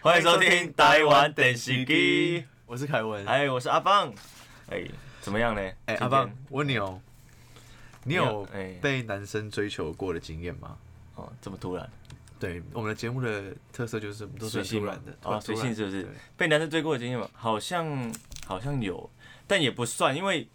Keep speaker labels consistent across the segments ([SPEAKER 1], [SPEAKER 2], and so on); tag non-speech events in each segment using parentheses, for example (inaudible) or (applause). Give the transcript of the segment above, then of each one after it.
[SPEAKER 1] 欢迎收听《台湾电视机》，
[SPEAKER 2] 我是凯文。哎、
[SPEAKER 1] 哎，我是阿棒。哎，怎么样呢？今
[SPEAKER 2] 阿
[SPEAKER 1] 天
[SPEAKER 2] 棒，我问你哦，你有
[SPEAKER 1] 你有哎
[SPEAKER 2] 被男生追求过的经验吗？
[SPEAKER 1] 哦，这么突然，
[SPEAKER 2] 对，我们的节目的特色就是都
[SPEAKER 1] 随
[SPEAKER 2] 是很
[SPEAKER 1] 性
[SPEAKER 2] 突
[SPEAKER 1] 吗
[SPEAKER 2] 然的，
[SPEAKER 1] 哦，随性是不是
[SPEAKER 2] 对？
[SPEAKER 1] 被男生追过的经验吗？好像好像有，但也不算，因为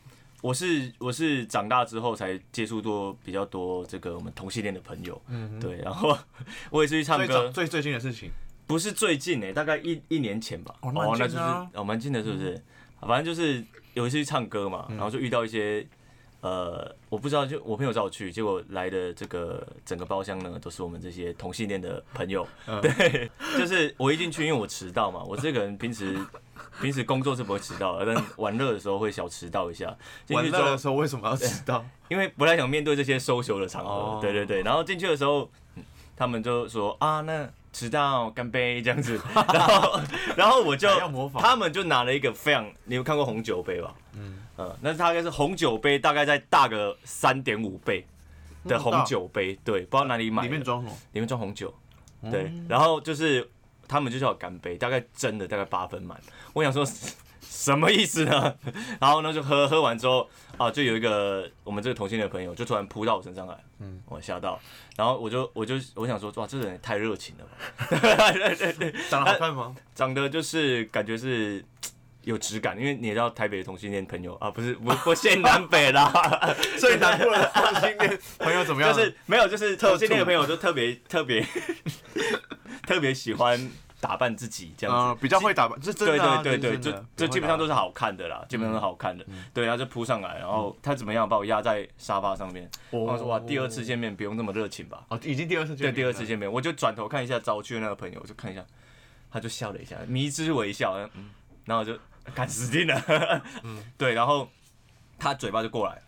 [SPEAKER 1] 我是我是长大之后才接触多比较多这个我们同性恋的朋友，
[SPEAKER 2] 嗯，
[SPEAKER 1] 对，然后 (laughs) 我也是去唱
[SPEAKER 2] 最早
[SPEAKER 1] 歌，
[SPEAKER 2] 最最近的事
[SPEAKER 1] (laughs)
[SPEAKER 2] 情，
[SPEAKER 1] 不是最近欸诶、大概一一年前吧。
[SPEAKER 2] 哦那很
[SPEAKER 1] 那就
[SPEAKER 2] 近
[SPEAKER 1] 是
[SPEAKER 2] 的啊
[SPEAKER 1] 哦，蛮近的，是不是？反正就是有一次去唱歌嘛，
[SPEAKER 2] 嗯
[SPEAKER 1] 然后就遇到一些呃，我不知道，就我朋友找我去，结果来的这个整个包厢呢，都是我们这些同性恋的朋友。
[SPEAKER 2] 嗯
[SPEAKER 1] (laughs) 对，就是我一进去，因为我迟到嘛，我这个人平时平时工作是不会迟到的，但玩乐的时候会小迟到一下。进
[SPEAKER 2] 玩
[SPEAKER 1] 去之
[SPEAKER 2] 乐
[SPEAKER 1] 后
[SPEAKER 2] 的，时候为什么要迟到？
[SPEAKER 1] 因为不太想面对这些 social 的场合，
[SPEAKER 2] 哦
[SPEAKER 1] 对对对。然后进去的时候，嗯他们就说啊，那迟到干杯这样
[SPEAKER 2] (laughs)
[SPEAKER 1] 子，然后然后我就
[SPEAKER 2] 还要模仿
[SPEAKER 1] 他们就拿了一个非常，你有看过红酒杯吧？
[SPEAKER 2] 嗯，
[SPEAKER 1] 呃，那它大概是红酒杯，大概再大个三点五倍的
[SPEAKER 2] 那么
[SPEAKER 1] 红
[SPEAKER 2] 大
[SPEAKER 1] 酒杯，对，不知道哪 (laughs) 里买的，
[SPEAKER 2] 里面
[SPEAKER 1] (laughs)
[SPEAKER 2] 装什么？
[SPEAKER 1] 里面装红酒，对，然后就是他们就叫我干杯，大概真的大概八分满，我想说 (laughs) 什么意思呢？ (laughs) 然后呢就喝喝完之后啊，就有一个我们这个同性恋的朋友就突然扑到我身上来，嗯，我吓到，然后我就我就我想说哇，这人也太热情了吧，对对对，
[SPEAKER 2] 长得好看吗？
[SPEAKER 1] (laughs) 长得就是感觉是有质感，因为你也知道台北的同性恋朋友啊，不是不不限南北啦，
[SPEAKER 2] 最难过的同性恋朋友怎么样？
[SPEAKER 1] 就是没有，就是同性恋的朋友就特别 (laughs) 特别特别喜欢打扮自己这样子。
[SPEAKER 2] 嗯，比较会打扮，这真
[SPEAKER 1] 对
[SPEAKER 2] 的啊
[SPEAKER 1] 对对对，
[SPEAKER 2] 这是真
[SPEAKER 1] 就
[SPEAKER 2] 的
[SPEAKER 1] 就基本上都
[SPEAKER 2] 比
[SPEAKER 1] 是好看的啦，基本上都是好看的。
[SPEAKER 2] 嗯
[SPEAKER 1] 对，然后就扑上来，然后他怎么样把我压在沙发上面？
[SPEAKER 2] 较会打扮
[SPEAKER 1] 我哦说哇，第二次见面不用那么热情吧？
[SPEAKER 2] 哦，已经第二次见
[SPEAKER 1] 对，
[SPEAKER 2] 面了，
[SPEAKER 1] 第二次见面，我就转头看一下找我去的那个朋友，我就看一下，他就笑了一下，迷之微笑，嗯，然后我就干死定了。
[SPEAKER 2] 嗯
[SPEAKER 1] (laughs) 对，然后他嘴巴就过来了，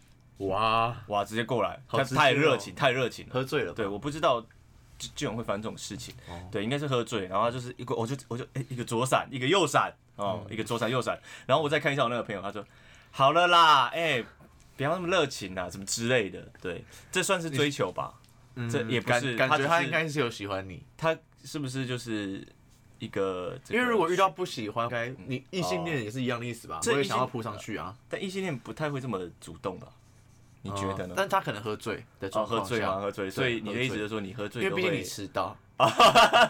[SPEAKER 2] 哇，
[SPEAKER 1] 哇，直接过来，
[SPEAKER 2] 好
[SPEAKER 1] 他
[SPEAKER 2] 直接哦
[SPEAKER 1] 太热情，太热情了。
[SPEAKER 2] 喝醉了吧，
[SPEAKER 1] 对，我不知道这这种会发生这种事情。
[SPEAKER 2] 哦
[SPEAKER 1] 对，应该是喝醉，然后他就是一个，我就我就、诶一个左闪，一个右闪，哦，
[SPEAKER 2] 嗯
[SPEAKER 1] 一个左闪右闪，然后我再看一下我那个朋友，他说好了啦，哎、不要那么热情啊啦，什么之类的。对，这算是追求吧？
[SPEAKER 2] 嗯，
[SPEAKER 1] 这也不
[SPEAKER 2] 感
[SPEAKER 1] 是
[SPEAKER 2] 感
[SPEAKER 1] 他
[SPEAKER 2] 觉
[SPEAKER 1] 只
[SPEAKER 2] 他
[SPEAKER 1] 是
[SPEAKER 2] 应该是有喜欢你。
[SPEAKER 1] 他是不是就是一个、这
[SPEAKER 2] 因为
[SPEAKER 1] 个
[SPEAKER 2] 如果遇到不喜欢，该你异性恋也是一样的意思吧？
[SPEAKER 1] 哦这
[SPEAKER 2] 我也
[SPEAKER 1] 异性
[SPEAKER 2] 想要扑上去啊，
[SPEAKER 1] 但异性恋不太会这么主动吧？你哦觉得呢
[SPEAKER 2] 嗯？但他可能喝醉的
[SPEAKER 1] 哦，
[SPEAKER 2] 状
[SPEAKER 1] 喝
[SPEAKER 2] 况
[SPEAKER 1] 醉
[SPEAKER 2] 下
[SPEAKER 1] 嘛，，喝醉，所以你的意思就是说你喝醉
[SPEAKER 2] 因
[SPEAKER 1] 都
[SPEAKER 2] 为
[SPEAKER 1] 会，
[SPEAKER 2] 毕竟你迟
[SPEAKER 1] (laughs)
[SPEAKER 2] 到。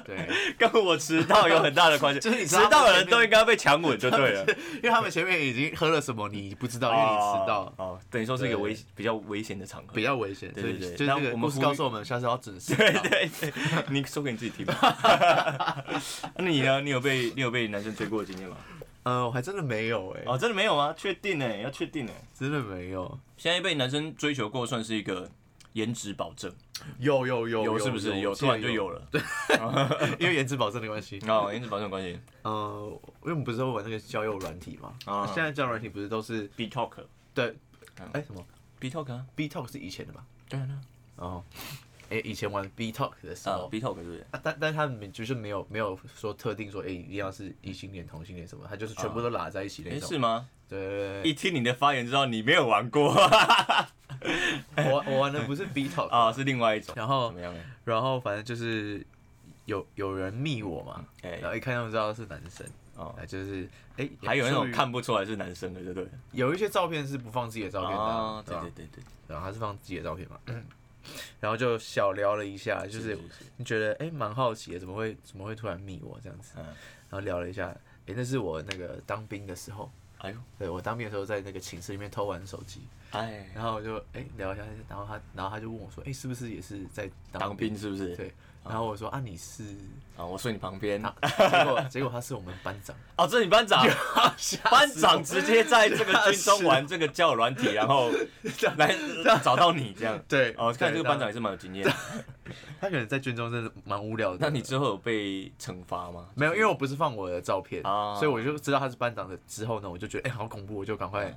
[SPEAKER 2] 对，
[SPEAKER 1] 跟我迟到有很大的关系，
[SPEAKER 2] (laughs) 就是你
[SPEAKER 1] 迟
[SPEAKER 2] 知道
[SPEAKER 1] 到的
[SPEAKER 2] 前
[SPEAKER 1] 人
[SPEAKER 2] 面
[SPEAKER 1] 都应该被强吻就
[SPEAKER 2] (laughs)
[SPEAKER 1] 对了。
[SPEAKER 2] 因为他们前面已经喝了什么，你不知道，因为你迟到
[SPEAKER 1] 哦，哦，等于说是一个
[SPEAKER 2] 对
[SPEAKER 1] 危比较危险的场合。
[SPEAKER 2] 比较危险。
[SPEAKER 1] 对
[SPEAKER 2] 所以
[SPEAKER 1] 对对
[SPEAKER 2] 就是
[SPEAKER 1] 那
[SPEAKER 2] 这个
[SPEAKER 1] 我们
[SPEAKER 2] 故事
[SPEAKER 1] 呼吁
[SPEAKER 2] 告诉我们，下次要准时
[SPEAKER 1] 对
[SPEAKER 2] 到。
[SPEAKER 1] 对对，你说给你自己听 (laughs) 吧。那你呢？你有被你有被男生追过的经验吗？
[SPEAKER 2] 呃，我还真的没有哎，
[SPEAKER 1] 哦，真的没有吗？确定哎，要确定哎。
[SPEAKER 2] 真的没有。
[SPEAKER 1] 现在被男生追求过，算是一个颜值保证，
[SPEAKER 2] 有有有
[SPEAKER 1] 哦有是不是？有突然就， (laughs) 有了。对，
[SPEAKER 2] 我记得因为颜值保证的关系。
[SPEAKER 1] 哦，颜值保证有关系。
[SPEAKER 2] 呃，因为我们不是会玩那个交友软体嘛？
[SPEAKER 1] 啊
[SPEAKER 2] 现在交友软体不是都是
[SPEAKER 1] B talk，B
[SPEAKER 2] 对，
[SPEAKER 1] 嗯
[SPEAKER 2] 哎什么
[SPEAKER 1] talk 啊，
[SPEAKER 2] B Talk 是以前的吧？
[SPEAKER 1] 对啊，
[SPEAKER 2] 哦，哎、以前玩 B Talk 的时
[SPEAKER 1] 啊
[SPEAKER 2] 候，
[SPEAKER 1] ，B talk 对不对？
[SPEAKER 2] 啊但但他们就是没有没有说特定说，哎、一定要是异性恋、同性恋什么，他就是全部都拉在一起那
[SPEAKER 1] 哎，啊
[SPEAKER 2] 种。
[SPEAKER 1] 是吗？
[SPEAKER 2] 对对对
[SPEAKER 1] 一听你的发言知道你没有玩 (laughs) 过
[SPEAKER 2] 对，我我玩的不是 B Talk，、
[SPEAKER 1] 啊，是另外一种。
[SPEAKER 2] 然
[SPEAKER 1] 怎
[SPEAKER 2] 后
[SPEAKER 1] 么样欸呢？
[SPEAKER 2] 然后反正就是有有人密我嘛，
[SPEAKER 1] 哎
[SPEAKER 2] 然后一看就知道是男生，
[SPEAKER 1] 哦
[SPEAKER 2] 啊，就是哎、
[SPEAKER 1] 还有那
[SPEAKER 2] 出
[SPEAKER 1] 种
[SPEAKER 2] 于
[SPEAKER 1] 看不出来是男生的，对不对？
[SPEAKER 2] 有一些照片是不放自己的照片的啊、
[SPEAKER 1] 哦，
[SPEAKER 2] 对
[SPEAKER 1] 对
[SPEAKER 2] 吧
[SPEAKER 1] 对对对，
[SPEAKER 2] 然后他是放自己的照片嘛， (clears throat) 然后就小聊了一下，就是
[SPEAKER 1] 嗯是
[SPEAKER 2] 是
[SPEAKER 1] 是
[SPEAKER 2] 你觉得哎蛮、好奇的，怎么会怎么会突然密我这样子，
[SPEAKER 1] 嗯
[SPEAKER 2] 然后聊了一下，哎、那是我那个当兵的时候，
[SPEAKER 1] 哎呦，
[SPEAKER 2] 对我当兵的时候在那个寝室里面偷玩手机，
[SPEAKER 1] 哎，
[SPEAKER 2] 然后我就哎、诶聊一下，然后他然后他就问我说，哎、是不是也是在
[SPEAKER 1] 当兵是不是？
[SPEAKER 2] 对，然后我说啊你是，
[SPEAKER 1] 啊，我睡你旁边。
[SPEAKER 2] 啊、结果结果他是我们班长，
[SPEAKER 1] (laughs) 哦，这是你班长， (laughs) 班长直接在这个军中玩这个叫软体，然后来找到你这样。
[SPEAKER 2] 对
[SPEAKER 1] 哦，看来这
[SPEAKER 2] 对
[SPEAKER 1] 个班长也是蛮有经验的。
[SPEAKER 2] 他可能在军中真的蛮无聊的，
[SPEAKER 1] 那你之后有被惩罚吗？
[SPEAKER 2] 没有，因为我不是放我的照片，
[SPEAKER 1] 啊
[SPEAKER 2] 所以我就知道他是班长的。之后呢，我就觉得哎、好恐怖，我就赶
[SPEAKER 1] 嗯
[SPEAKER 2] 快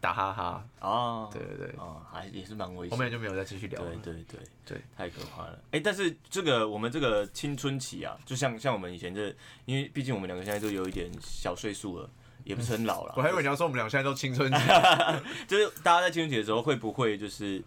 [SPEAKER 2] 打哈哈。
[SPEAKER 1] 哦，
[SPEAKER 2] 对对对，
[SPEAKER 1] 哦，还也是蛮危
[SPEAKER 2] 后
[SPEAKER 1] 险
[SPEAKER 2] 面
[SPEAKER 1] 的。
[SPEAKER 2] 就没有再继续聊了
[SPEAKER 1] 对。对对
[SPEAKER 2] 对，
[SPEAKER 1] 太可怕了。哎，但是这个我们这个青春期啊，就像像我们以前这，因为毕竟我们两个现在都有一点小岁数了，也不是很老了。
[SPEAKER 2] 我还以为你要说我们俩现在都青春
[SPEAKER 1] (laughs)
[SPEAKER 2] 期，
[SPEAKER 1] 就是大家在青春期的时候，会不会就是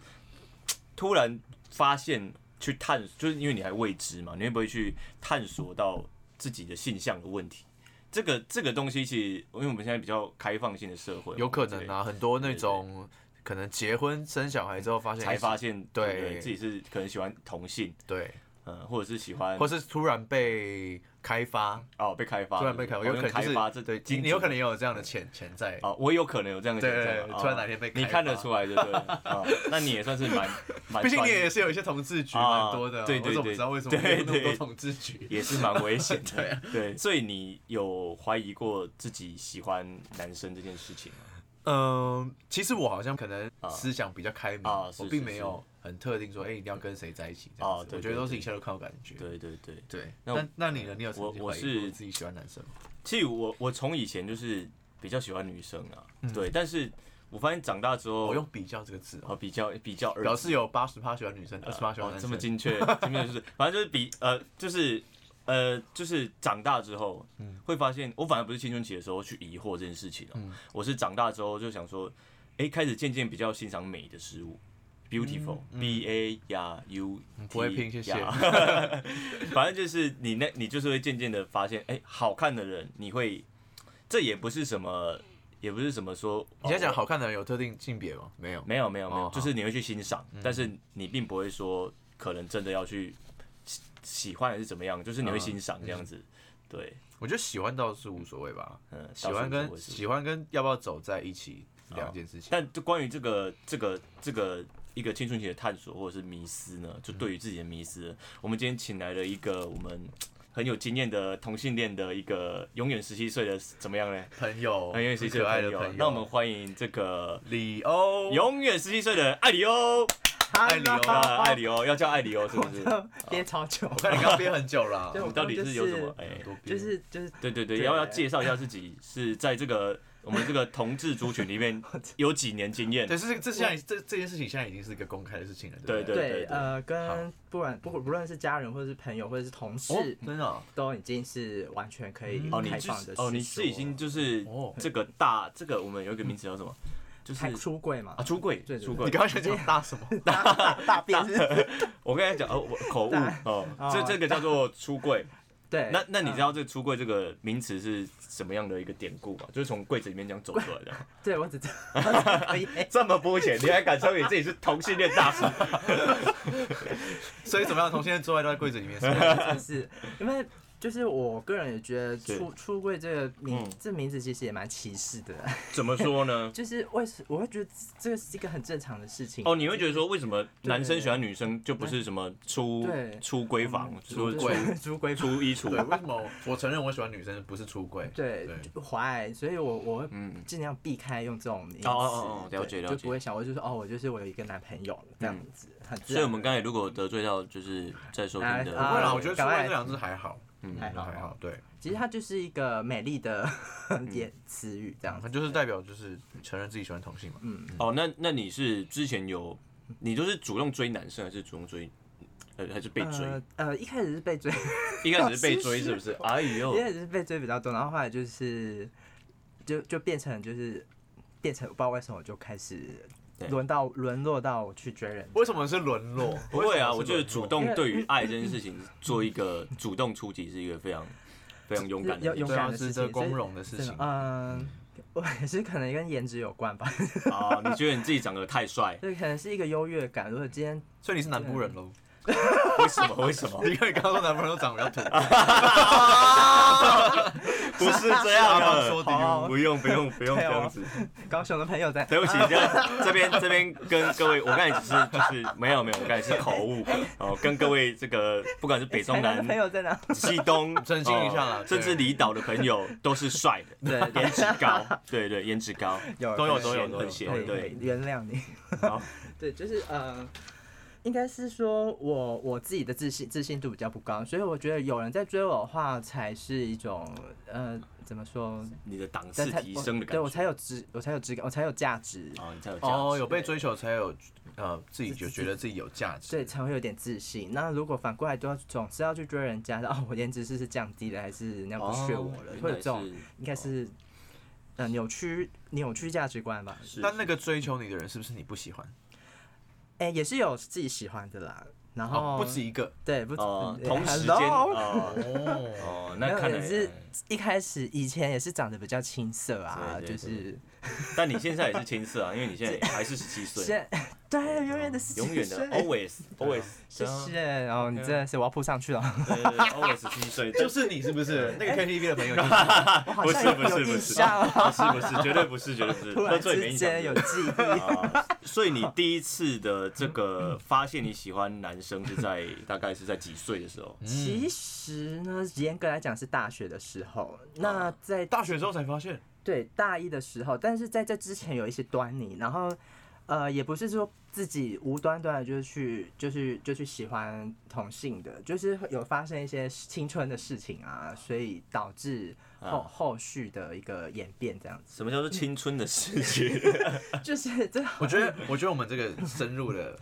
[SPEAKER 1] 突然发现去探，就是因为你还未知嘛，你会不会去探索到自己的性向的问题。这个这个东西，其实因为我们现在比较开放性的社会嘛，
[SPEAKER 2] 有可能
[SPEAKER 1] 对
[SPEAKER 2] 啊，很多那种可能结婚生小孩之后发现
[SPEAKER 1] 才发现
[SPEAKER 2] 对
[SPEAKER 1] 对不对自己是可能喜欢同性，
[SPEAKER 2] 对，
[SPEAKER 1] 呃，或者是喜欢
[SPEAKER 2] 或是突然被开发，
[SPEAKER 1] 哦被开发，
[SPEAKER 2] 突然被开发，
[SPEAKER 1] 哦
[SPEAKER 2] 有可
[SPEAKER 1] 用
[SPEAKER 2] 能就
[SPEAKER 1] 开
[SPEAKER 2] 是
[SPEAKER 1] 发这
[SPEAKER 2] 对，
[SPEAKER 1] 精子
[SPEAKER 2] 你你有可能也有这样的潜潜在，
[SPEAKER 1] 啊，我有可能有这样的
[SPEAKER 2] 对
[SPEAKER 1] 想
[SPEAKER 2] 对
[SPEAKER 1] 象
[SPEAKER 2] 对
[SPEAKER 1] 啊
[SPEAKER 2] 突然哪天被
[SPEAKER 1] 你
[SPEAKER 2] 开
[SPEAKER 1] 看得
[SPEAKER 2] 发
[SPEAKER 1] 出来，就对了啊，那你也算是蛮蛮
[SPEAKER 2] (laughs) 毕竟
[SPEAKER 1] 专
[SPEAKER 2] 你
[SPEAKER 1] 业
[SPEAKER 2] 也是有一些同志局
[SPEAKER 1] 啊
[SPEAKER 2] 蛮多的啊，
[SPEAKER 1] 对对
[SPEAKER 2] 我怎么
[SPEAKER 1] 对
[SPEAKER 2] 知道为什么
[SPEAKER 1] 对
[SPEAKER 2] 会有那么多
[SPEAKER 1] 对
[SPEAKER 2] 同志局？
[SPEAKER 1] 也是蛮危险
[SPEAKER 2] 对
[SPEAKER 1] 的， (laughs) 对，啊所以你有怀疑过自己喜欢男生这件事情吗？
[SPEAKER 2] 嗯，其实我好像可能
[SPEAKER 1] 啊
[SPEAKER 2] 思想比较开明，
[SPEAKER 1] 啊
[SPEAKER 2] 我
[SPEAKER 1] 是
[SPEAKER 2] 并
[SPEAKER 1] 是
[SPEAKER 2] 没
[SPEAKER 1] 是
[SPEAKER 2] 有很特定说，哎、一定要跟谁在一起这样
[SPEAKER 1] 啊
[SPEAKER 2] 子。
[SPEAKER 1] 对
[SPEAKER 2] 我觉得
[SPEAKER 1] 对
[SPEAKER 2] 都是
[SPEAKER 1] 对
[SPEAKER 2] 一切都靠感觉。
[SPEAKER 1] 对对对，
[SPEAKER 2] 对，
[SPEAKER 1] 那我
[SPEAKER 2] 那那你呢？你有曾
[SPEAKER 1] 我
[SPEAKER 2] 经
[SPEAKER 1] 我
[SPEAKER 2] 怀疑过
[SPEAKER 1] 是
[SPEAKER 2] 自己喜欢男生吗？
[SPEAKER 1] 其实我我从以前就是比较喜欢女生啊，对，但是我发现长大之后，
[SPEAKER 2] 我用比较这个字、哦，
[SPEAKER 1] 啊比较比较而
[SPEAKER 2] 表示有八十趴喜欢女生，二十趴喜
[SPEAKER 1] 哦
[SPEAKER 2] 欢男
[SPEAKER 1] 这
[SPEAKER 2] 生。
[SPEAKER 1] 么精确，精确就是 (laughs) 反正就是比呃就是呃就是长大之后，
[SPEAKER 2] 嗯
[SPEAKER 1] 会发现我反而不是青春期的时候去疑惑这件事情哦、我是长大之后就想说，哎、开始渐渐比较欣赏美的事物。beautiful，b a 呀 u，
[SPEAKER 2] 嗯不会拼谢谢
[SPEAKER 1] (laughs) 反正就是你那，你就是会渐渐的发现，哎、好看的人，你会，这也不是什么，也不是什么说，
[SPEAKER 2] 你现在讲
[SPEAKER 1] 哦
[SPEAKER 2] 好看的人有特定性别吗？没有。
[SPEAKER 1] 没有没有没有，
[SPEAKER 2] 哦
[SPEAKER 1] 就
[SPEAKER 2] 好嗯
[SPEAKER 1] 是你会去欣赏，但是你并不会说可能真的要去喜喜欢还是怎么样，
[SPEAKER 2] 嗯
[SPEAKER 1] 就是你会欣赏这样子。对，
[SPEAKER 2] 我觉得喜欢倒是无所谓吧，
[SPEAKER 1] 嗯，
[SPEAKER 2] 喜
[SPEAKER 1] 到时
[SPEAKER 2] 欢
[SPEAKER 1] 候
[SPEAKER 2] 跟
[SPEAKER 1] 我是哦
[SPEAKER 2] 喜欢跟要不要走在一起两件事情。
[SPEAKER 1] 但就关于这个这个这个一个青春期的探索或者是迷失呢，就对于自己的迷失，我们今天请来了一个我们很有经验的同性恋的一个永远十七岁的怎么样呢？
[SPEAKER 2] 朋友，
[SPEAKER 1] 很永远十
[SPEAKER 2] 很
[SPEAKER 1] 七岁的
[SPEAKER 2] 可爱
[SPEAKER 1] 朋
[SPEAKER 2] 的
[SPEAKER 1] 友，啊
[SPEAKER 2] 朋友。
[SPEAKER 1] 那我们欢迎这个
[SPEAKER 2] 李欧，
[SPEAKER 1] 永远十七岁的艾里欧，
[SPEAKER 2] 爱理由
[SPEAKER 1] 啊
[SPEAKER 2] 啦
[SPEAKER 1] 艾里欧要叫艾里欧是不 (laughs) 是？
[SPEAKER 3] 憋超久，
[SPEAKER 2] 我看你刚刚憋很久了，
[SPEAKER 3] 对，我
[SPEAKER 1] 你到
[SPEAKER 3] 刚
[SPEAKER 1] 底
[SPEAKER 3] 就
[SPEAKER 1] (laughs)
[SPEAKER 3] 是
[SPEAKER 1] 有什么？哎、
[SPEAKER 2] 多憋
[SPEAKER 3] 就是就是
[SPEAKER 1] 对对对，
[SPEAKER 3] 对
[SPEAKER 1] 要要介绍一下自己是在这个我们这个同志族群里
[SPEAKER 3] (laughs)
[SPEAKER 1] 面有几年经验
[SPEAKER 2] 对，这是这现在这这件事情现在已经是一个公开的事情了，
[SPEAKER 1] 对
[SPEAKER 2] 不
[SPEAKER 1] 对对
[SPEAKER 3] 呃，跟
[SPEAKER 2] 好
[SPEAKER 3] 不管不不论是家人或者是朋友或者是同
[SPEAKER 2] 哦
[SPEAKER 3] 事，，
[SPEAKER 2] 真的哦
[SPEAKER 3] 都已经是完全可以
[SPEAKER 1] 哦，你
[SPEAKER 3] 开
[SPEAKER 1] 是
[SPEAKER 3] 放的
[SPEAKER 1] 哦，你是已经就是
[SPEAKER 2] 哦
[SPEAKER 1] 这个大这个我们有一个名词叫什么？就是
[SPEAKER 3] 开出柜嘛
[SPEAKER 1] 啊，？出柜
[SPEAKER 3] 对对对
[SPEAKER 1] 出
[SPEAKER 2] 你
[SPEAKER 1] 柜。
[SPEAKER 2] 刚刚想讲大什么？
[SPEAKER 3] 大大大便是？
[SPEAKER 1] 我刚才讲哦，我口误
[SPEAKER 3] 大哎嗯
[SPEAKER 1] 哦，
[SPEAKER 3] 哦
[SPEAKER 1] 这这个叫做出柜。
[SPEAKER 3] 对，
[SPEAKER 1] 那那你知
[SPEAKER 3] 道？
[SPEAKER 1] 道这个出柜这个名词是什么样的一个典故吗？就是从柜子里面这样走出来
[SPEAKER 3] (laughs)
[SPEAKER 1] 的。
[SPEAKER 3] 对我只知
[SPEAKER 1] (laughs)
[SPEAKER 3] 道
[SPEAKER 1] 这么肤浅，你还敢称你自己是同性恋大
[SPEAKER 3] (laughs)
[SPEAKER 1] 使？
[SPEAKER 2] (laughs) 所以怎么样？同性恋做爱都在柜子里面是
[SPEAKER 1] (laughs)
[SPEAKER 2] 吗？
[SPEAKER 3] 真是因为。就是我个人也觉得
[SPEAKER 1] 是
[SPEAKER 3] 出出柜这个名
[SPEAKER 1] 嗯
[SPEAKER 3] 这名字其实也蛮歧视的，
[SPEAKER 1] 怎么说呢？
[SPEAKER 3] 就是为什我会觉得这个是一个很正常的事情
[SPEAKER 1] 哦，你会觉得说，为什么男生喜欢女生就不是什么出
[SPEAKER 3] 对
[SPEAKER 1] 出闺房、出
[SPEAKER 3] 对
[SPEAKER 1] 出
[SPEAKER 2] 柜
[SPEAKER 3] 嗯出柜
[SPEAKER 1] 出衣
[SPEAKER 2] 对，
[SPEAKER 1] 橱？
[SPEAKER 2] 为什么我承认我喜欢女生不是出柜？
[SPEAKER 3] 对
[SPEAKER 2] 对，
[SPEAKER 3] 就怀，所以我我会
[SPEAKER 1] 嗯
[SPEAKER 3] 尽量避开用这种名词，
[SPEAKER 1] 哦哦哦哦
[SPEAKER 3] 对
[SPEAKER 1] 了解了
[SPEAKER 3] 就
[SPEAKER 1] 解
[SPEAKER 3] 不会想我就是哦，我就是我有一个男朋友这样子，很自
[SPEAKER 1] 所以
[SPEAKER 3] 然
[SPEAKER 1] 我们刚才如果得罪到就是在收听的，
[SPEAKER 2] 不
[SPEAKER 3] 啊
[SPEAKER 2] 会啦，
[SPEAKER 3] 啊
[SPEAKER 2] 我觉得出
[SPEAKER 3] 赶
[SPEAKER 2] 柜
[SPEAKER 3] 快
[SPEAKER 2] 这两个字还好，嗯，
[SPEAKER 3] 还好
[SPEAKER 2] 还好，对，
[SPEAKER 3] 其实它就是一个美丽的
[SPEAKER 1] 嗯
[SPEAKER 3] (laughs) 也词语这样
[SPEAKER 2] 它
[SPEAKER 3] 子，
[SPEAKER 2] 就是代表就是承认自己喜欢同性嘛。
[SPEAKER 3] 嗯
[SPEAKER 1] 哦，那那你是之前有，你都是主动追男生还是主动追，呃，还是被追？
[SPEAKER 3] 呃呃，一开始是被追，
[SPEAKER 1] 一开始是被追是不是？哎呦
[SPEAKER 3] 一，开始是被追比较多，然后后来就是就就变成就是变成不知道为什么我就开始
[SPEAKER 1] 对
[SPEAKER 3] 轮到沦落到我去追人，
[SPEAKER 2] 为什么是沦落？
[SPEAKER 1] 不会啊，
[SPEAKER 2] 为什么是沦落
[SPEAKER 1] 我觉得主动对于爱这件事情做一个主动出击是一个非常非常勇敢的
[SPEAKER 3] 要
[SPEAKER 1] 事
[SPEAKER 3] 勇
[SPEAKER 2] 对
[SPEAKER 3] 敢
[SPEAKER 2] 啊，
[SPEAKER 3] 的事
[SPEAKER 2] 值得
[SPEAKER 3] 情所以
[SPEAKER 2] 光荣的事
[SPEAKER 3] 真的
[SPEAKER 2] 情。啊
[SPEAKER 3] 嗯， (laughs) 我也是可能跟颜值有关吧，，
[SPEAKER 1] 情啊！你觉得你自己长得太帅
[SPEAKER 3] 这可能是一个优越感，如果今天
[SPEAKER 2] 所以你是南部人喽？
[SPEAKER 1] (laughs) 为什么？为什么？
[SPEAKER 2] (laughs) 因为你刚刚说南部人都长
[SPEAKER 1] (laughs)
[SPEAKER 2] 得比较土，
[SPEAKER 1] 不是这样
[SPEAKER 2] 阿邦
[SPEAKER 1] 的，
[SPEAKER 2] 说的
[SPEAKER 3] 哟
[SPEAKER 1] 不用不用不用这样子。
[SPEAKER 3] 高雄的朋友在，
[SPEAKER 1] 对不起，这这边这边跟各位，我刚才只是就是没有没有，我刚才是口误哦，跟各位这个不管是北中
[SPEAKER 3] 台南的
[SPEAKER 1] 南
[SPEAKER 3] 朋、友在哪？
[SPEAKER 1] 西东，
[SPEAKER 2] 澄清一下啦
[SPEAKER 1] 哦
[SPEAKER 2] 对
[SPEAKER 1] 甚至离岛的朋友都是帅的，
[SPEAKER 3] 对对
[SPEAKER 1] 颜值高，对对，颜值高，
[SPEAKER 3] 有
[SPEAKER 2] 都有
[SPEAKER 1] 很
[SPEAKER 2] 都有
[SPEAKER 1] 闲
[SPEAKER 2] 都
[SPEAKER 1] 很
[SPEAKER 2] 有。
[SPEAKER 1] 闲，
[SPEAKER 3] 对
[SPEAKER 1] 对，
[SPEAKER 3] 原谅你。
[SPEAKER 1] 好，
[SPEAKER 3] (laughs) 对，就是呃，应该是说我我自己的自信自信度比较不高，所以我觉得有人在追我的话，才是一种呃怎么说？
[SPEAKER 1] 你的档次
[SPEAKER 3] 才
[SPEAKER 1] 提升的
[SPEAKER 3] 对
[SPEAKER 1] 感
[SPEAKER 3] 我
[SPEAKER 1] 觉，
[SPEAKER 3] 才有值，我才有质感，我才有价值，
[SPEAKER 1] 哦，你才有价值
[SPEAKER 2] 哦，有被追求才有呃自己就觉得自己有价值。
[SPEAKER 3] 所以才会有点自信。那如果反过来，都要总是要去追人家，哦，我颜值是是降低了，还是人家不屑
[SPEAKER 1] 哦
[SPEAKER 3] 我了，会有这种应该是呃扭曲扭曲价值观吧。
[SPEAKER 1] 是
[SPEAKER 2] 但那个追求你的人是不是你不喜欢？
[SPEAKER 3] 哎、也是有自己喜欢的啦，然
[SPEAKER 2] 哦，
[SPEAKER 3] 后
[SPEAKER 2] 不止一个
[SPEAKER 3] 对不止嗯
[SPEAKER 1] 哦，
[SPEAKER 3] 对
[SPEAKER 1] 同时间
[SPEAKER 3] hello
[SPEAKER 1] 哦
[SPEAKER 2] 哦，
[SPEAKER 1] 哦，
[SPEAKER 3] 没
[SPEAKER 1] 那
[SPEAKER 3] 有
[SPEAKER 1] 看来
[SPEAKER 3] 也是一开始以前也是长得比较青涩啊，
[SPEAKER 1] 对对
[SPEAKER 3] 就是
[SPEAKER 1] 但你现在也是青涩啊，因为你现在也还是十七岁， (laughs)
[SPEAKER 3] 现对永远的十
[SPEAKER 1] 哦永
[SPEAKER 3] 七
[SPEAKER 1] 远的
[SPEAKER 3] 岁，
[SPEAKER 1] always always，
[SPEAKER 3] 谢
[SPEAKER 1] 对啊
[SPEAKER 3] 谢，然哦后你
[SPEAKER 1] OK 啊
[SPEAKER 3] 真的是我要扑上
[SPEAKER 1] (laughs)
[SPEAKER 3] 去了，
[SPEAKER 1] 对对对 always 十七岁，
[SPEAKER 2] (laughs) 就
[SPEAKER 1] (laughs) 就是
[SPEAKER 2] 你是不是那个 KTV 的朋友就是？
[SPEAKER 3] 我好
[SPEAKER 1] 不
[SPEAKER 3] 像
[SPEAKER 1] 是不
[SPEAKER 3] 有
[SPEAKER 1] 是不
[SPEAKER 3] 印
[SPEAKER 1] 是
[SPEAKER 3] 象啊，
[SPEAKER 1] 不是不是，绝对不是绝对不是，
[SPEAKER 3] 突
[SPEAKER 1] (laughs) 喝
[SPEAKER 3] 然
[SPEAKER 1] 醉没
[SPEAKER 3] 之
[SPEAKER 1] 印象
[SPEAKER 3] 间有
[SPEAKER 1] 对 (laughs)
[SPEAKER 3] 记忆，
[SPEAKER 1] 啊，所以你第一次的这个发现你喜欢男生是在大概是在几岁的时候？
[SPEAKER 3] 其实呢，严格来讲是大学的时
[SPEAKER 1] 哦
[SPEAKER 3] 候，那在
[SPEAKER 2] 大学之后才发现，
[SPEAKER 3] 对大一的时候，但是在这之前有一些端倪，然后呃，也不是说自己无端端的就是去就是就去喜欢同性的，就是会有发生一些青春的事情啊，所以导致后、
[SPEAKER 1] 啊
[SPEAKER 3] 后续的一个演变这样子， (laughs)
[SPEAKER 1] 什么叫做青春的世界？
[SPEAKER 3] 就是这
[SPEAKER 2] 我觉得，我觉得我们这个深入的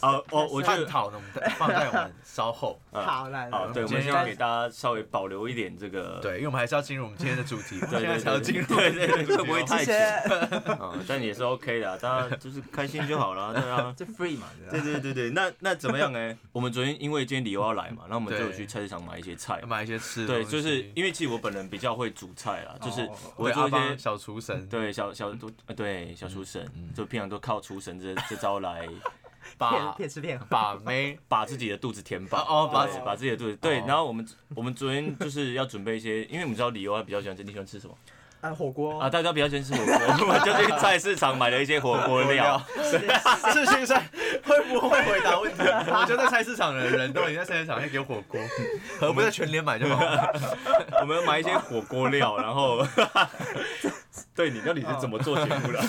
[SPEAKER 1] 哦哦，我觉
[SPEAKER 2] 探
[SPEAKER 1] 得
[SPEAKER 2] 讨呢， (laughs) 我们放在我们稍后。
[SPEAKER 3] 好了，
[SPEAKER 1] 啊好，对，我
[SPEAKER 2] 今
[SPEAKER 1] 们
[SPEAKER 2] 天
[SPEAKER 1] 先要给大家稍微保留一点这个，
[SPEAKER 2] 对，因为我们还是要进入我们今天的主题，
[SPEAKER 1] 对
[SPEAKER 2] 现 (laughs) 在
[SPEAKER 1] 对
[SPEAKER 2] 才要
[SPEAKER 1] 对，
[SPEAKER 2] 进入，
[SPEAKER 1] 对对对，会不会太
[SPEAKER 3] 谢
[SPEAKER 1] 久？
[SPEAKER 3] 谢，
[SPEAKER 1] 嗯，但也是 OK 的啊，大家就是开心就好了啊，对啊。
[SPEAKER 3] 就 free 嘛，对
[SPEAKER 1] 对
[SPEAKER 3] 吧
[SPEAKER 1] 对对对，那那怎么样呢？ (laughs) 我们昨天因为今天理由要来嘛，那我们就有
[SPEAKER 2] 对
[SPEAKER 1] 去菜市场买一些菜。
[SPEAKER 2] (laughs) 买一些吃的
[SPEAKER 1] 对，
[SPEAKER 2] 东西？
[SPEAKER 1] 就是因为其实我本人比较会煮菜啦，就是
[SPEAKER 3] 哦
[SPEAKER 1] 我会
[SPEAKER 2] 对
[SPEAKER 1] 做
[SPEAKER 2] 阿
[SPEAKER 1] 一些
[SPEAKER 2] 邦小嗯厨神
[SPEAKER 1] 对小小都呃对小厨神，就平常都靠厨神这 (laughs) 这招来
[SPEAKER 3] (laughs)
[SPEAKER 1] 啊
[SPEAKER 3] 骗
[SPEAKER 2] 把
[SPEAKER 3] 骗吃骗喝，
[SPEAKER 2] 把妹， (laughs)
[SPEAKER 1] 把自己的肚子填饱。
[SPEAKER 2] 哦哦把
[SPEAKER 1] 对把自己的肚子对
[SPEAKER 2] 哦。
[SPEAKER 1] 然后我们我们昨天就是要准备一些，因为我们知道理由他比较喜欢吃，你喜欢吃什么？
[SPEAKER 3] 啊，火
[SPEAKER 2] 哦
[SPEAKER 3] 锅
[SPEAKER 1] 啊，大家比较喜欢吃火锅，我 (laughs) 们就去菜市场买了一些火锅料。
[SPEAKER 2] 是先生会不会回答问题？ (laughs) 我觉得在菜市场的人都已经在菜市场在给火锅，何不在全联买就好了？
[SPEAKER 1] 我们买一些火锅料，然后， (laughs) 对你到底是怎么做节目的？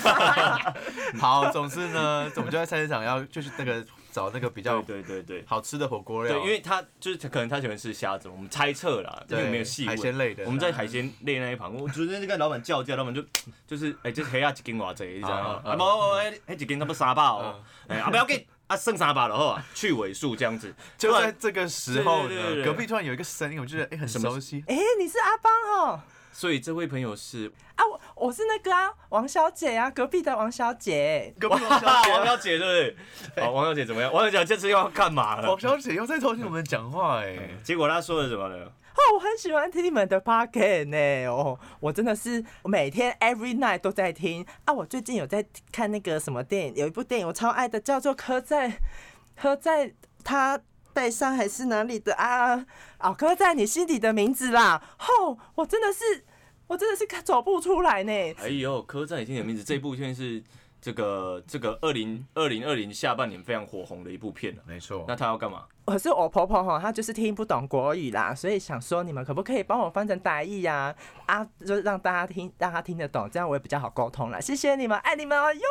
[SPEAKER 2] (laughs) 好，总之呢，我们就在菜市场要就是那个找那个比较啊
[SPEAKER 1] 对对对
[SPEAKER 2] 好吃的火锅料，
[SPEAKER 1] 对，因为他就是可能他喜欢吃虾子，我们猜测啦，因
[SPEAKER 2] 对
[SPEAKER 1] 为没有细
[SPEAKER 2] 海鲜
[SPEAKER 1] 问。
[SPEAKER 2] 类的，
[SPEAKER 1] 我们在海鲜类那一旁，我昨天就跟老板叫价，老板就就是哎，这黑鸭一斤偌济，你知道吗？
[SPEAKER 2] 嗯
[SPEAKER 1] 啊，
[SPEAKER 2] 嗯
[SPEAKER 1] 冇冇，哎，哎一斤差不多三百哦，哎，啊不要紧，啊剩三百了好啊，去尾数这样子。
[SPEAKER 2] 就
[SPEAKER 1] 突
[SPEAKER 2] 在
[SPEAKER 1] 然
[SPEAKER 2] 这个时候
[SPEAKER 1] 对对对
[SPEAKER 2] 呢，
[SPEAKER 1] 对
[SPEAKER 2] 隔壁突然有一个声音，我觉得哎、很
[SPEAKER 1] 什么
[SPEAKER 2] 熟悉，
[SPEAKER 3] 哎、你是阿邦哦。
[SPEAKER 1] 所以这位朋友是
[SPEAKER 3] 啊，我我是那个啊，王小姐啊，隔壁的王小姐。
[SPEAKER 2] 隔壁王
[SPEAKER 1] (laughs)
[SPEAKER 2] 小
[SPEAKER 1] 啊
[SPEAKER 2] 姐
[SPEAKER 1] 王
[SPEAKER 2] 啊，
[SPEAKER 1] 小姐对不
[SPEAKER 2] 哎
[SPEAKER 1] 对？好，王小姐怎么样？王小姐这次又要干嘛了
[SPEAKER 2] 王？小姐又在偷听我们讲话哎、
[SPEAKER 1] 结果她说了什么呢？
[SPEAKER 3] 哦，我很喜欢听你们的 p o c k e t 呢，哦，我真的是每天 every night 都在听啊。我最近有在看那个什么电影，有一部电影我超爱的，叫做《刻在刻在他背上还是哪里的啊？哦，刻在你心底的名字啦。哦，我真的是。我真的是走不出来呢，
[SPEAKER 1] 哎呦，刻在你心底的名字这部片是这个这个二零二零二零下半年非常火红的一部片了、
[SPEAKER 2] 没错
[SPEAKER 1] 那，他要干嘛？
[SPEAKER 3] 可是我婆婆哈，她就是听不懂国语啦，所以想说你们可不可以帮我翻成台语呀、啊？啊，就让大家听，让她听得懂，这样我也比较好沟通啦。谢谢你们，爱你们哦哟！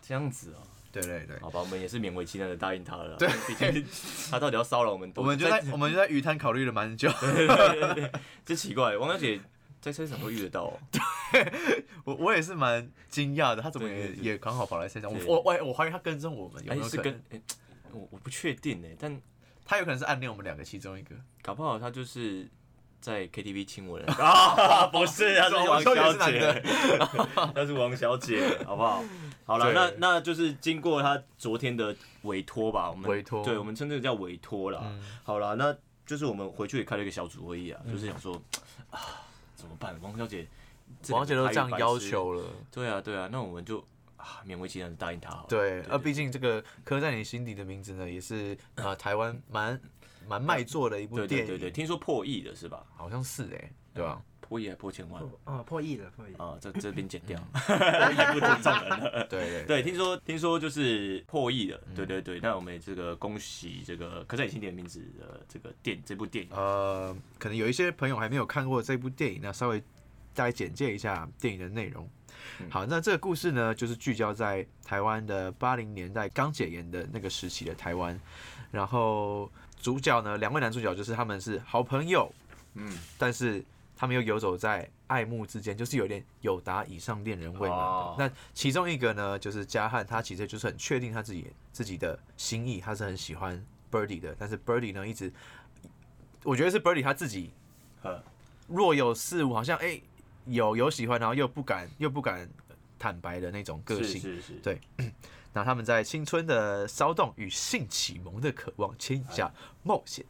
[SPEAKER 1] 这样子哦、
[SPEAKER 2] 对对对。
[SPEAKER 1] 好吧，我们也是勉为其难的答应他了。对，毕竟他到底要骚扰我们多
[SPEAKER 2] 我
[SPEAKER 1] 久，
[SPEAKER 2] 们就在我们就在鱼摊考虑了蛮久，
[SPEAKER 1] 这奇怪，王小姐在车上会遇得到、哦，
[SPEAKER 2] 我 (laughs) 我也是蛮惊讶的，他怎么
[SPEAKER 1] 对
[SPEAKER 2] 也
[SPEAKER 1] 对对
[SPEAKER 2] 也刚好跑来现场，我
[SPEAKER 1] 对
[SPEAKER 2] 我我我怀疑他跟踪我们，有
[SPEAKER 1] 哎、
[SPEAKER 2] 没有可
[SPEAKER 1] 是
[SPEAKER 2] 能？
[SPEAKER 1] 跟、哎我我不确定哎、但
[SPEAKER 2] 他有可能是暗恋我们两个其中一个，
[SPEAKER 1] 搞不好他就是在 KTV 亲我的 (laughs) 啊，不是，他是王小姐， (laughs) 他是王小姐，好不好？好了，
[SPEAKER 2] 对
[SPEAKER 1] 那那就是经过他昨天的委托嗯吧，我们
[SPEAKER 2] 委托
[SPEAKER 1] 对我们称这个叫委托啦。好了，那就是我们回去也开了一个小组会议啊，就是想说 (sighs) 啊，怎么办？王小姐，这
[SPEAKER 2] 王
[SPEAKER 1] 两
[SPEAKER 2] 姐
[SPEAKER 1] 个
[SPEAKER 2] 都
[SPEAKER 1] 台语
[SPEAKER 2] 这样
[SPEAKER 1] 白
[SPEAKER 2] 要
[SPEAKER 1] 痴，
[SPEAKER 2] 求了，
[SPEAKER 1] 对啊，对啊，那我们就啊，勉为其难的答应他好了。
[SPEAKER 2] 对，呃，毕竟这个刻在你心底的名字呢，也是呃台湾蛮蛮卖座的一部
[SPEAKER 1] 对
[SPEAKER 2] 电
[SPEAKER 1] 对
[SPEAKER 2] 影，
[SPEAKER 1] 对对，听说破亿的是吧？
[SPEAKER 2] 好像是哎、对吧、
[SPEAKER 1] 破亿还破千万
[SPEAKER 3] 哦，破亿了，破亿！
[SPEAKER 1] 啊？这这边剪掉，也不尊重人了。
[SPEAKER 2] 对对
[SPEAKER 1] 呃对，听说听说就是破亿了，
[SPEAKER 2] 嗯
[SPEAKER 1] 对对对。那我们也这个恭喜这个《刻在你心底的名字》的这个电这部电影，
[SPEAKER 2] 呃，可能有一些朋友还没有看过这部电影，那稍微大概简介一下电影的内容。
[SPEAKER 1] 嗯
[SPEAKER 2] 好，那这个故事呢，就是聚焦在台湾的八零年代刚解严的那个时期的台湾，然后主角呢，两位男主角就是他们是好朋友，
[SPEAKER 1] 嗯，
[SPEAKER 2] 但是他们又游走在爱慕之间，就是有点友达以上恋人未满的。
[SPEAKER 1] 哦
[SPEAKER 2] 那其中一个呢，就是嘉汉，他其实就是很确定他自己自己的心意，他是很喜欢 Birdy 的，但是 Birdy 呢一直，我觉得是 Birdy 他自己
[SPEAKER 1] 呃，
[SPEAKER 2] 若有似无，好像哎、有有喜欢，然后又不敢又不敢坦白的那种个
[SPEAKER 1] 是
[SPEAKER 2] 性。
[SPEAKER 1] 是是，
[SPEAKER 2] 对那他们在青春的骚动与性启蒙的渴望牵引下冒险，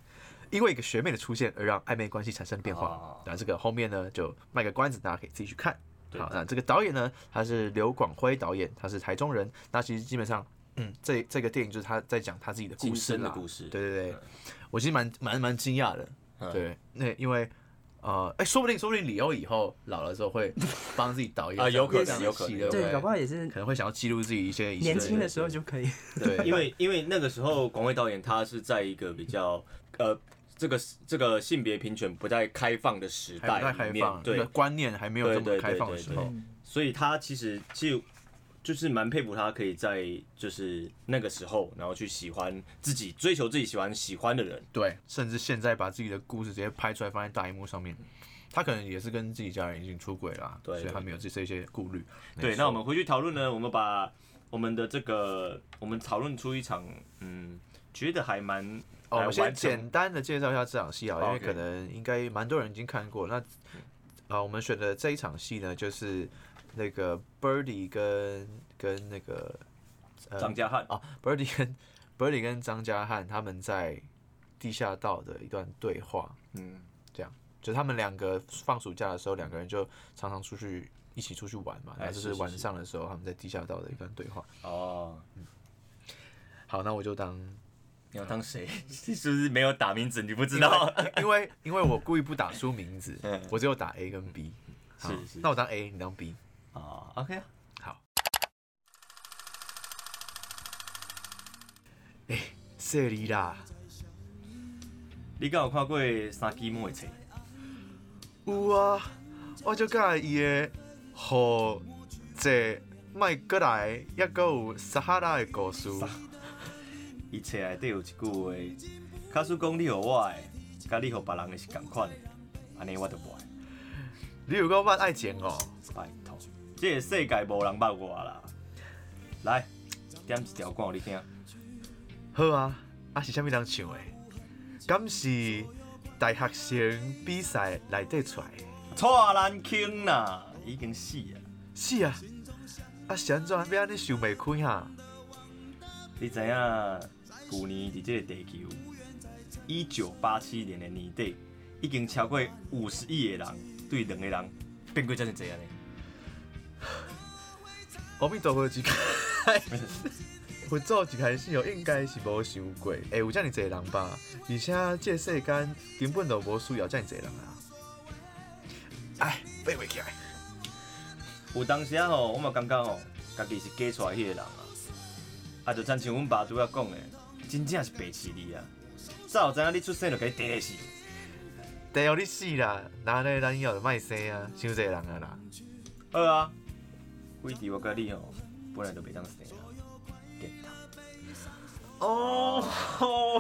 [SPEAKER 2] 因为一个学妹的出现而让暧昧关系产生变化
[SPEAKER 1] 哦。
[SPEAKER 2] 那这个后面呢就卖个关子，大家可以自己去看。
[SPEAKER 1] 对
[SPEAKER 2] 好，那这个导演呢，他是刘广辉导演，他是台中人。那其实基本上，嗯，这这个电影就是他在讲他自己的故
[SPEAKER 1] 晋
[SPEAKER 2] 事
[SPEAKER 1] 升
[SPEAKER 2] 啦
[SPEAKER 1] 的故事
[SPEAKER 2] 啊对对对，我其实蛮蛮蛮惊讶的。
[SPEAKER 1] 嗯
[SPEAKER 2] 对，那因为呃，哎、说不定说不定李欧以后老了之后会帮自己导演
[SPEAKER 1] 啊有可能
[SPEAKER 2] 这样
[SPEAKER 1] 有可能
[SPEAKER 2] 对不
[SPEAKER 3] 对，
[SPEAKER 2] 对
[SPEAKER 3] 搞不好也是
[SPEAKER 2] 可能会想要记录自己一些以前
[SPEAKER 3] 年轻的时候就可以。
[SPEAKER 2] 对，
[SPEAKER 1] (laughs) (laughs) 因为因为那个时候广卫导演他是在一个比较呃这个这个性别平权不太开放的时
[SPEAKER 2] 还不
[SPEAKER 1] 代
[SPEAKER 2] 太开
[SPEAKER 1] 里面
[SPEAKER 2] 放，，那个
[SPEAKER 1] 对，
[SPEAKER 2] 观念还没有这么开放的时
[SPEAKER 1] 对
[SPEAKER 2] 候
[SPEAKER 1] 对，
[SPEAKER 3] 嗯
[SPEAKER 1] 所以他其实其实就是蛮佩服他可以在就是那个时候，然后去喜欢自己追求自己喜欢喜欢的人，
[SPEAKER 2] 对，甚至现在把自己的故事直接拍出来放在大荧幕上面，他可能也是跟自己家人已经出轨啦，
[SPEAKER 1] 对
[SPEAKER 2] 所以他没有这这些顾虑。
[SPEAKER 1] 对，
[SPEAKER 2] 没
[SPEAKER 1] 那
[SPEAKER 2] 错
[SPEAKER 1] 我们回去讨论呢，我们把我们的这个，我们讨论出一场，嗯，觉得还蛮，
[SPEAKER 2] 哦，
[SPEAKER 1] 来
[SPEAKER 2] 我先
[SPEAKER 1] 完成
[SPEAKER 2] 简单的介绍一下这场戏啊，因为
[SPEAKER 1] OK
[SPEAKER 2] 可能应该蛮多人已经看过。那啊、我们选的这一场戏呢，就是那个 Birdy 跟跟那个呃
[SPEAKER 1] 张家汉
[SPEAKER 2] 啊，Birdy 跟 Birdy 跟张家汉他们在地下道的一段对话，
[SPEAKER 1] 嗯，
[SPEAKER 2] 就他们两个放暑假的时候，两个人就常常出去一起出去玩嘛，
[SPEAKER 1] 哎
[SPEAKER 2] 那就是是
[SPEAKER 1] 是
[SPEAKER 2] 晚
[SPEAKER 1] 是
[SPEAKER 2] 上的时候他们在地下道的一段对话。
[SPEAKER 1] 哦，
[SPEAKER 2] 好，那我就当
[SPEAKER 1] 你要当谁？是不是没有打名字？你不知道？
[SPEAKER 2] 哦因为因为我故意不打出名字
[SPEAKER 1] 嗯，
[SPEAKER 2] 我只有打 A 跟 B。
[SPEAKER 1] 是
[SPEAKER 2] 好
[SPEAKER 1] 是
[SPEAKER 2] 那我当 A，你当 B。
[SPEAKER 1] 啊，OK 啊，
[SPEAKER 2] 这里啦，
[SPEAKER 1] 你敢有看过三期末的册？
[SPEAKER 2] 有啊，我就介意的，好，这麦过来，也搁有撒哈拉的故事。
[SPEAKER 1] 伊册内底有一句话，假使讲你互我的，甲你互别人的是共款的，安尼我就无爱。
[SPEAKER 2] 你有够捌爱情哦，
[SPEAKER 1] 拜托，这个世界无人捌我啦。来，点一条歌互你听。
[SPEAKER 2] 好啊，啊是啥物人唱的？敢是大学生比赛内底出来的？
[SPEAKER 1] 蔡澜卿啦，已经死啊！
[SPEAKER 2] 是啊，啊是安怎要安尼想袂开啊？
[SPEAKER 1] 你知影，旧年伫这个地球，一九八七年的年底，已经超过五十亿的人对两个人变过遮尔济安尼。
[SPEAKER 2] 阿弥陀佛，一开 (laughs) 始，佛祖一开始哦，应该是无想过，会有遮尔侪人吧？而且这世间根本就无需要遮尔侪人啊！哎，背袂起来。
[SPEAKER 1] 有当时啊吼，我嘛感觉吼，家己是嫁出来迄个人啊，啊，就亲像阮爸拄仔讲的，真正是白痴你啊！早知影你出生就甲你第死。
[SPEAKER 2] 第二你死啦，那咧咱以后就莫生啊，伤侪人啊啦。
[SPEAKER 1] 好啊，规弟我甲你吼，本来就袂当生啊，点头。
[SPEAKER 2] 哦，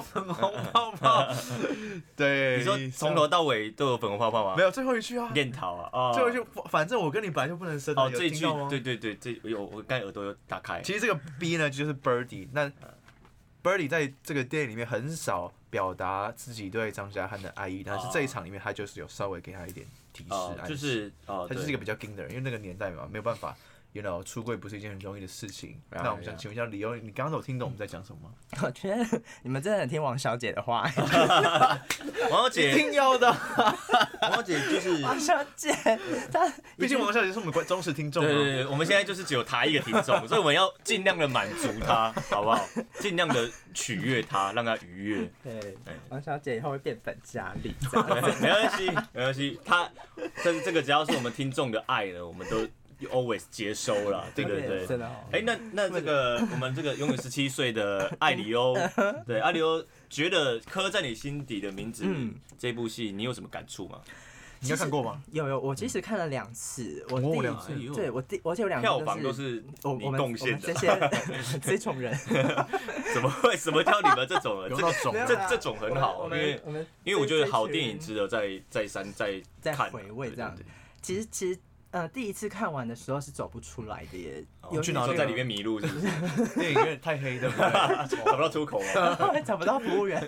[SPEAKER 2] 粉红泡泡。 (laughs) 对，
[SPEAKER 1] 你说从头到尾都有粉红泡泡吗？
[SPEAKER 2] 没有最后一句啊？
[SPEAKER 1] (laughs) 念头啊，哦，
[SPEAKER 2] 最后一句，反正我跟你本来就不能生的，
[SPEAKER 1] 哦，
[SPEAKER 2] 有
[SPEAKER 1] 这一
[SPEAKER 2] 听
[SPEAKER 1] 句
[SPEAKER 2] 到吗，
[SPEAKER 1] 对对对，这有我刚才耳朵有打开，
[SPEAKER 2] 其实这个 B 呢，就是 Birdy。那 Birdy 在这个电影里面很少表达自己对张家汉的爱意，但是
[SPEAKER 1] 哦
[SPEAKER 2] 这一场里面他就是有稍微给他一点提示，
[SPEAKER 1] 哦，
[SPEAKER 2] 暗示
[SPEAKER 1] 就是哦，
[SPEAKER 2] 他就是一
[SPEAKER 1] 对
[SPEAKER 2] 个比较硬的人，因为那个年代嘛，没有办法。You know，出柜不是一件很容易的事情。
[SPEAKER 1] Right,
[SPEAKER 2] 那我们想请问一下李欧，你刚刚有听懂我们在讲什么吗？
[SPEAKER 3] (laughs) 我觉得你们真的很听王小姐的话，
[SPEAKER 1] 王小
[SPEAKER 2] (laughs)
[SPEAKER 1] 姐，
[SPEAKER 2] 要的，
[SPEAKER 1] 王小姐就是，
[SPEAKER 2] (laughs)
[SPEAKER 3] 王小姐她
[SPEAKER 2] 毕竟王小姐是我们的观忠实听众
[SPEAKER 1] 对对
[SPEAKER 2] 啊。
[SPEAKER 1] 对，我们现在就是只有她一个听众， (laughs) 所以我们要尽量的满足她，
[SPEAKER 2] (laughs)
[SPEAKER 1] 好不好？尽量的取悦她，让她愉悦，
[SPEAKER 2] (laughs)
[SPEAKER 3] 对
[SPEAKER 1] 哎
[SPEAKER 3] 王小姐以后会变本加厉，这样
[SPEAKER 1] 对没关系，没关系，她，但是这个只要是我们听众的爱呢，我们都 always 接收了，对对对，
[SPEAKER 3] 真的哦。
[SPEAKER 1] 哎、那那这个我们这个永远十七岁
[SPEAKER 3] (laughs)
[SPEAKER 1] 的艾里欧，
[SPEAKER 3] 嗯
[SPEAKER 1] 对艾里欧觉得刻在你心底的名字，
[SPEAKER 3] 嗯
[SPEAKER 1] 这部戏你有什么感触吗？
[SPEAKER 2] 你有看过吗？
[SPEAKER 3] 有有，我其实看了两次，我
[SPEAKER 2] 哦
[SPEAKER 3] 第一
[SPEAKER 2] 两
[SPEAKER 1] 次哎
[SPEAKER 3] 对我第，而且有两次
[SPEAKER 1] 票房都是
[SPEAKER 3] 哦我
[SPEAKER 1] 你
[SPEAKER 3] 我们我
[SPEAKER 1] 贡
[SPEAKER 3] 们
[SPEAKER 1] 献
[SPEAKER 3] 这
[SPEAKER 1] 的， (laughs)
[SPEAKER 3] 些这种人，
[SPEAKER 1] 怎么会？什么叫你们这种人？
[SPEAKER 2] 有
[SPEAKER 1] 这
[SPEAKER 2] 到种
[SPEAKER 3] 没 (laughs) 有
[SPEAKER 1] 这
[SPEAKER 3] 啦
[SPEAKER 1] 这种很好
[SPEAKER 3] 我
[SPEAKER 1] 因
[SPEAKER 3] 们
[SPEAKER 1] 为
[SPEAKER 3] 我们
[SPEAKER 1] 因为我觉得好
[SPEAKER 3] 这一群
[SPEAKER 1] 电影值得再再三再
[SPEAKER 3] 在
[SPEAKER 1] 看啊
[SPEAKER 3] 回味这样
[SPEAKER 1] 对对对
[SPEAKER 3] 其实其实呃第一次看完的时候是走不出来的耶，
[SPEAKER 1] 哦
[SPEAKER 3] 有
[SPEAKER 1] 去哪
[SPEAKER 3] 里
[SPEAKER 1] 里在里面迷路是不是？
[SPEAKER 2] 电影院太黑，对不
[SPEAKER 1] (laughs)
[SPEAKER 2] 对？
[SPEAKER 1] 找不到出口啊吗？
[SPEAKER 3] 后 (laughs) 来找不到服务员，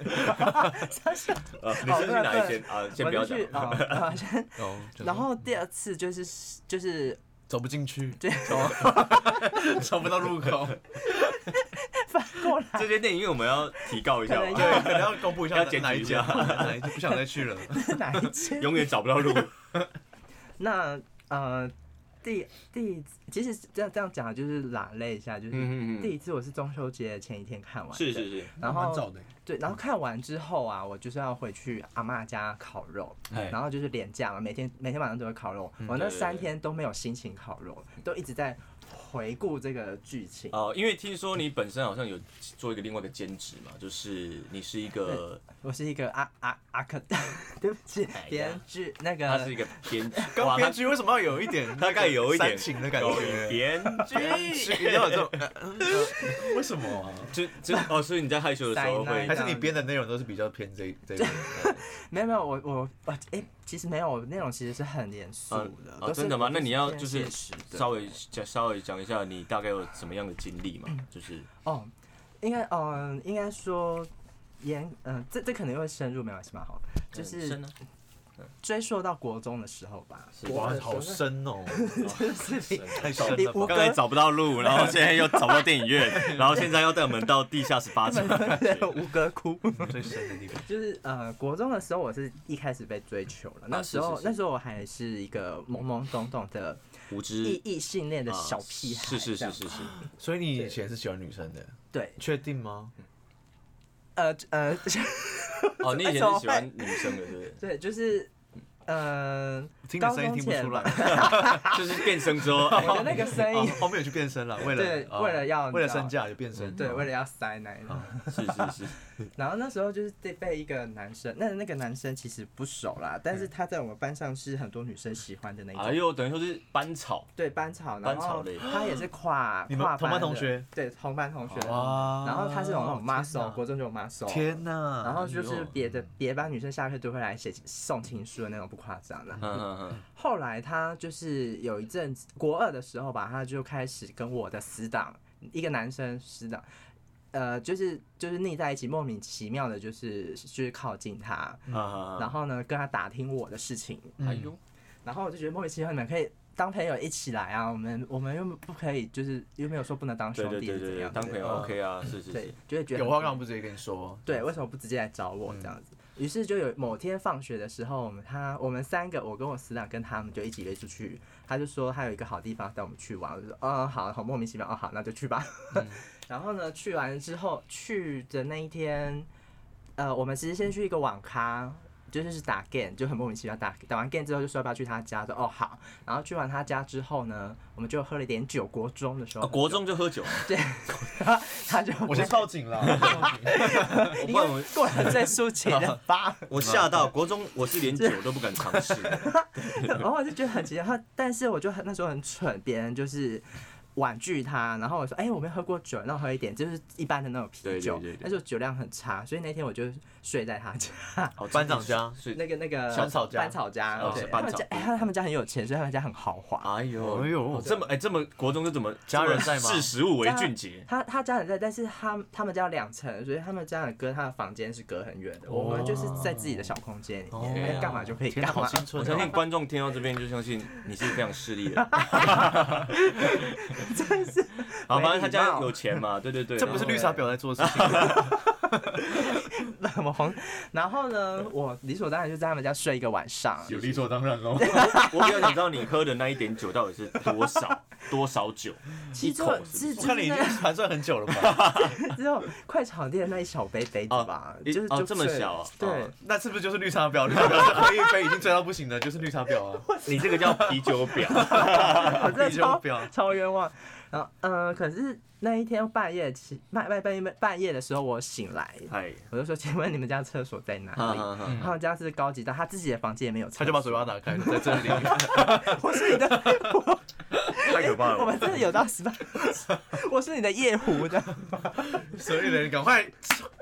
[SPEAKER 3] 想想
[SPEAKER 1] 呃，你是去哪一间啊？先 (laughs)
[SPEAKER 3] 我
[SPEAKER 1] 不要
[SPEAKER 3] 就
[SPEAKER 1] 讲
[SPEAKER 4] (laughs)
[SPEAKER 3] 哦去。啊，啊先
[SPEAKER 2] 哦就是
[SPEAKER 3] (laughs) 然后第二次就是就是
[SPEAKER 4] 走不进去，找不到入口，
[SPEAKER 3] (laughs) 反过来，
[SPEAKER 1] 这间电影院我们要提告一下吧，
[SPEAKER 3] 可能
[SPEAKER 4] 对，可能要公布一下
[SPEAKER 1] 要检举
[SPEAKER 4] 哪一
[SPEAKER 1] 一
[SPEAKER 4] 家，
[SPEAKER 1] 下
[SPEAKER 4] 哪一家不想再去了。
[SPEAKER 3] 哪一间？
[SPEAKER 1] 永远找不到路。
[SPEAKER 3] (laughs) 那呃，第第其实这样这样讲就是拉了一下，就是
[SPEAKER 1] 嗯嗯嗯
[SPEAKER 3] 第一次我是中秋节前一天看完的，
[SPEAKER 1] 是是是，
[SPEAKER 3] 然
[SPEAKER 4] 蛮
[SPEAKER 3] 后
[SPEAKER 4] 早的耶，
[SPEAKER 3] 对，然后看完之后啊，我就是要回去阿嬷家烤肉，
[SPEAKER 1] 哎嗯
[SPEAKER 3] 然后就是连假嘛，每天每天晚上都会烤肉，我那
[SPEAKER 1] 对对
[SPEAKER 3] 三
[SPEAKER 1] 对
[SPEAKER 3] 天都没有心情烤肉，都一直在回顾这个剧情。
[SPEAKER 1] 哦，因为听说你本身好像有做一个另外一个兼职嘛，就是你是一个，
[SPEAKER 3] 我是一个阿阿阿克， (laughs) 对不起
[SPEAKER 1] 哎呀，
[SPEAKER 3] 编剧那
[SPEAKER 1] 他是
[SPEAKER 3] 个
[SPEAKER 1] 一个
[SPEAKER 3] (laughs)
[SPEAKER 1] 编，
[SPEAKER 4] 刚
[SPEAKER 1] 哇
[SPEAKER 4] 编剧为什么要有一 (laughs) 点
[SPEAKER 1] 他大概有一点
[SPEAKER 4] 煽情的感
[SPEAKER 1] 有
[SPEAKER 4] 觉？
[SPEAKER 1] 编
[SPEAKER 3] (laughs)
[SPEAKER 1] 剧， (laughs)
[SPEAKER 2] 是要有这种，
[SPEAKER 3] 呃
[SPEAKER 4] 为什么啊？
[SPEAKER 1] 就就哦，所以你在害羞的时候
[SPEAKER 3] 塞
[SPEAKER 1] 会哦
[SPEAKER 3] 奶
[SPEAKER 4] 还是你编的内容都是比较偏这这一类的？
[SPEAKER 3] 没有没有我我我哎、其实没有，我内容其实是很严肃
[SPEAKER 1] 呃
[SPEAKER 3] 的。
[SPEAKER 1] 哦，
[SPEAKER 3] 都是
[SPEAKER 1] 真的吗？
[SPEAKER 3] 都
[SPEAKER 1] 那你要
[SPEAKER 3] 偏
[SPEAKER 1] 就是
[SPEAKER 3] 现实的
[SPEAKER 1] 稍微讲稍微讲一下你大概有什么样的经历嘛？就是
[SPEAKER 3] 哦，应该嗯、应该说严嗯、这这可能会深入，没关系嘛，好，就
[SPEAKER 1] 嗯
[SPEAKER 3] 是
[SPEAKER 1] 深啊
[SPEAKER 3] 追溯到国中的时候吧。 (laughs)
[SPEAKER 4] (laughs)
[SPEAKER 1] 是
[SPEAKER 4] 哇，好深 (laughs) 哦，
[SPEAKER 3] 就是
[SPEAKER 4] 太深了
[SPEAKER 3] 我
[SPEAKER 4] 吧？
[SPEAKER 1] 刚才找不到路，然后现在又找不到电影
[SPEAKER 3] (laughs)
[SPEAKER 1] 院，然后现在要带我们到地下十八层。
[SPEAKER 3] 对吴哥窟，
[SPEAKER 4] 最深的地方，
[SPEAKER 3] (laughs) 就是呃，国中的时候，我是一开始被追求了。那
[SPEAKER 1] 啊是
[SPEAKER 3] 时候，
[SPEAKER 1] 是是
[SPEAKER 3] 那时候我还是一个懵懵懂懂
[SPEAKER 1] (laughs)
[SPEAKER 3] 的
[SPEAKER 1] 无
[SPEAKER 3] 异
[SPEAKER 1] 知
[SPEAKER 3] 异性恋的
[SPEAKER 1] 啊
[SPEAKER 3] 小屁孩。
[SPEAKER 1] 是是
[SPEAKER 3] 这
[SPEAKER 1] 是
[SPEAKER 3] 样
[SPEAKER 1] 是是，
[SPEAKER 4] 所以你以前是喜欢女生的，
[SPEAKER 3] 对，
[SPEAKER 4] 确定吗？
[SPEAKER 3] 呃呃， (laughs)
[SPEAKER 1] 哦，你以前是喜欢女生的，对不对？
[SPEAKER 3] 对，就是
[SPEAKER 1] (laughs)
[SPEAKER 3] 嗯、
[SPEAKER 4] 听的
[SPEAKER 3] 高
[SPEAKER 4] 声音
[SPEAKER 3] 中
[SPEAKER 4] 听不
[SPEAKER 3] 前
[SPEAKER 4] 出
[SPEAKER 3] 吧
[SPEAKER 4] 来，， (laughs)
[SPEAKER 1] 就是变声之后，
[SPEAKER 3] (laughs) 我的那个声
[SPEAKER 4] 哦
[SPEAKER 3] 音，
[SPEAKER 4] 后面有去变身了，为
[SPEAKER 3] 对
[SPEAKER 4] 了哦
[SPEAKER 3] 为了要
[SPEAKER 4] 为了
[SPEAKER 3] 你知道
[SPEAKER 4] 身价就变身，哦
[SPEAKER 3] 对，为了
[SPEAKER 4] 了
[SPEAKER 3] 要塞奶
[SPEAKER 4] 哦
[SPEAKER 3] 嘛。
[SPEAKER 1] (laughs) 是是是，
[SPEAKER 3] (laughs) 然后那时候就是被被一个男生，那那个男生其实不熟啦，但
[SPEAKER 4] 嗯
[SPEAKER 3] 是他在我们班上是很多女生喜欢的那一种。
[SPEAKER 1] 哎呦，等于说是班草，
[SPEAKER 3] 对班草，
[SPEAKER 1] 班
[SPEAKER 3] 然
[SPEAKER 1] 草
[SPEAKER 3] 后
[SPEAKER 1] 类
[SPEAKER 4] (laughs)
[SPEAKER 3] 他也是跨
[SPEAKER 4] 你们
[SPEAKER 3] 跨
[SPEAKER 4] 同班
[SPEAKER 3] 的
[SPEAKER 4] 同学，
[SPEAKER 3] 对同班同学，
[SPEAKER 4] 哇
[SPEAKER 3] 然后他是有那种
[SPEAKER 4] 天哪
[SPEAKER 3] muscle，国哦中就有 muscle，
[SPEAKER 4] 天哪！
[SPEAKER 3] 然后就
[SPEAKER 1] 哎
[SPEAKER 3] 是
[SPEAKER 1] 呦
[SPEAKER 3] 别的别班女生下课都会来写送情书的那种，不夸
[SPEAKER 4] (laughs)
[SPEAKER 3] 张的。
[SPEAKER 1] 嗯嗯嗯，
[SPEAKER 3] 后来他就是有一阵子国二的时候吧，他就开始跟我的死党一个男生死党，呃，就是就是腻在一起，莫名其妙的，就是就是靠近他，
[SPEAKER 1] 嗯嗯
[SPEAKER 3] 然后呢跟他打听我的事情，
[SPEAKER 1] 嗯，哎呦，
[SPEAKER 3] 然后我就觉得莫名其妙，你们可以当朋友一起来啊，我们我们又不可以，就是又没有说不能当
[SPEAKER 1] 对
[SPEAKER 3] 兄
[SPEAKER 1] 对
[SPEAKER 3] 弟
[SPEAKER 1] 对
[SPEAKER 3] 还是
[SPEAKER 1] 对
[SPEAKER 3] 怎
[SPEAKER 1] 对，
[SPEAKER 3] 样，哦
[SPEAKER 1] 当朋友
[SPEAKER 4] 嗯
[SPEAKER 1] OK 啊，是是
[SPEAKER 3] 对
[SPEAKER 1] 是，，
[SPEAKER 3] 就会觉得
[SPEAKER 4] 有话干嘛不直接跟你说？
[SPEAKER 3] 对，为什么不直接来找我这样
[SPEAKER 1] 嗯
[SPEAKER 3] 子？于是就有某天放学的时候，我们他我们三个，我跟我死党跟他们就一起约出去。他就说他有一个好地方带我们去玩，我就说嗯好，好莫名其妙哦好，那就去吧。
[SPEAKER 1] 嗯
[SPEAKER 3] (laughs) 然后呢，去完之后去的那一天，呃，我们其实先去一个网咖，就是是打 game，就很莫名其妙打打完 game 之后就说要不要去他家，说哦好。然后去完他家之后呢，我们就喝了一点酒，国中的时候，
[SPEAKER 1] 啊国中就喝酒，
[SPEAKER 4] (laughs)
[SPEAKER 3] 对，然后他就
[SPEAKER 4] 我
[SPEAKER 3] (laughs)
[SPEAKER 4] 先报 (laughs) 警了，我先报警
[SPEAKER 1] 我不然我
[SPEAKER 3] 过了最抒情
[SPEAKER 1] (laughs)
[SPEAKER 3] 的吧。
[SPEAKER 1] 我吓到， (laughs) 国中我是连酒都不敢尝
[SPEAKER 4] (laughs)
[SPEAKER 1] 试，
[SPEAKER 3] 然后我就觉得很奇怪，他但是我就很那时候很蠢，别人就是婉拒他，然后我说，哎、我没有喝过酒，那我喝一点，就是一般的那种啤酒，
[SPEAKER 1] 对对对对
[SPEAKER 3] 但是我酒量很差，所以那天我就睡在他家，
[SPEAKER 1] 哦
[SPEAKER 4] 班长家
[SPEAKER 1] 是，
[SPEAKER 3] 那个那个
[SPEAKER 4] 小草家
[SPEAKER 3] 班草家，
[SPEAKER 1] 哦
[SPEAKER 3] 对，
[SPEAKER 1] 是班
[SPEAKER 3] 他们
[SPEAKER 1] 草
[SPEAKER 3] 家，哎、他他们家很有钱，所以他们家很豪华。
[SPEAKER 1] 哎呦
[SPEAKER 4] 哎呦
[SPEAKER 1] 这么哎这么国中就怎么
[SPEAKER 4] 家人在吗
[SPEAKER 1] 视食物为俊杰，
[SPEAKER 3] 他他家很在，但是他他们家有两层，所以他们家人跟他的房间是隔很远的。我们就是在自己的小空间里面，
[SPEAKER 1] 哦
[SPEAKER 3] 哎干、嘛就可以
[SPEAKER 4] 天哪，
[SPEAKER 3] 干
[SPEAKER 4] 好
[SPEAKER 3] 嘛。
[SPEAKER 4] 青
[SPEAKER 1] 我
[SPEAKER 4] 春
[SPEAKER 1] 相信
[SPEAKER 4] 哦！
[SPEAKER 1] 观众听到这边就相信你是非常势利
[SPEAKER 3] (laughs)
[SPEAKER 1] 的，真是。 (laughs) 好，反正他家有钱嘛，对对对。
[SPEAKER 4] 这不是绿茶婊在做的事情，
[SPEAKER 3] 我红，然后呢，我理所当然就在他们家睡一个晚上。
[SPEAKER 4] 有理所当然喽。
[SPEAKER 1] 我比较想知道你喝的那一点酒到底是多
[SPEAKER 3] (laughs)
[SPEAKER 1] 少多少酒，
[SPEAKER 3] 其
[SPEAKER 1] 一
[SPEAKER 3] 实我
[SPEAKER 1] 口是
[SPEAKER 3] 是
[SPEAKER 1] 不
[SPEAKER 4] 我
[SPEAKER 1] 是？
[SPEAKER 4] 看你已经盘算很久了吧？
[SPEAKER 3] 只有快炒店那一小杯杯子吧，
[SPEAKER 1] 一
[SPEAKER 3] 就是
[SPEAKER 1] 哦
[SPEAKER 3] 就
[SPEAKER 1] 这么
[SPEAKER 3] 醉
[SPEAKER 1] 小啊
[SPEAKER 3] 对
[SPEAKER 1] 哦，
[SPEAKER 4] 那是不是就是绿茶婊？绿茶婊喝一杯已经醉到不行了，就是绿茶婊啊！
[SPEAKER 1] 你这个叫啤酒
[SPEAKER 3] (laughs)
[SPEAKER 1] 婊，
[SPEAKER 3] 我真的
[SPEAKER 4] 啤酒
[SPEAKER 3] 超
[SPEAKER 4] 婊
[SPEAKER 3] 超冤枉。然后，呃，可是那一天半夜起，半半半夜半夜的时候，我醒来，
[SPEAKER 1] 哎，
[SPEAKER 3] 我就说：“请问你们家厕所在哪
[SPEAKER 1] 哈
[SPEAKER 3] 里
[SPEAKER 1] 哈哈？”
[SPEAKER 3] 他们家是高级到 (laughs) 他自己的房间也没有厕所，
[SPEAKER 4] 他就把嘴巴打开，在这里。
[SPEAKER 3] 我是你的，我
[SPEAKER 4] 太可怕
[SPEAKER 3] 我们
[SPEAKER 4] 了。
[SPEAKER 3] 真的有到十八，我是你的夜壶的。
[SPEAKER 2] 所以呢，赶快，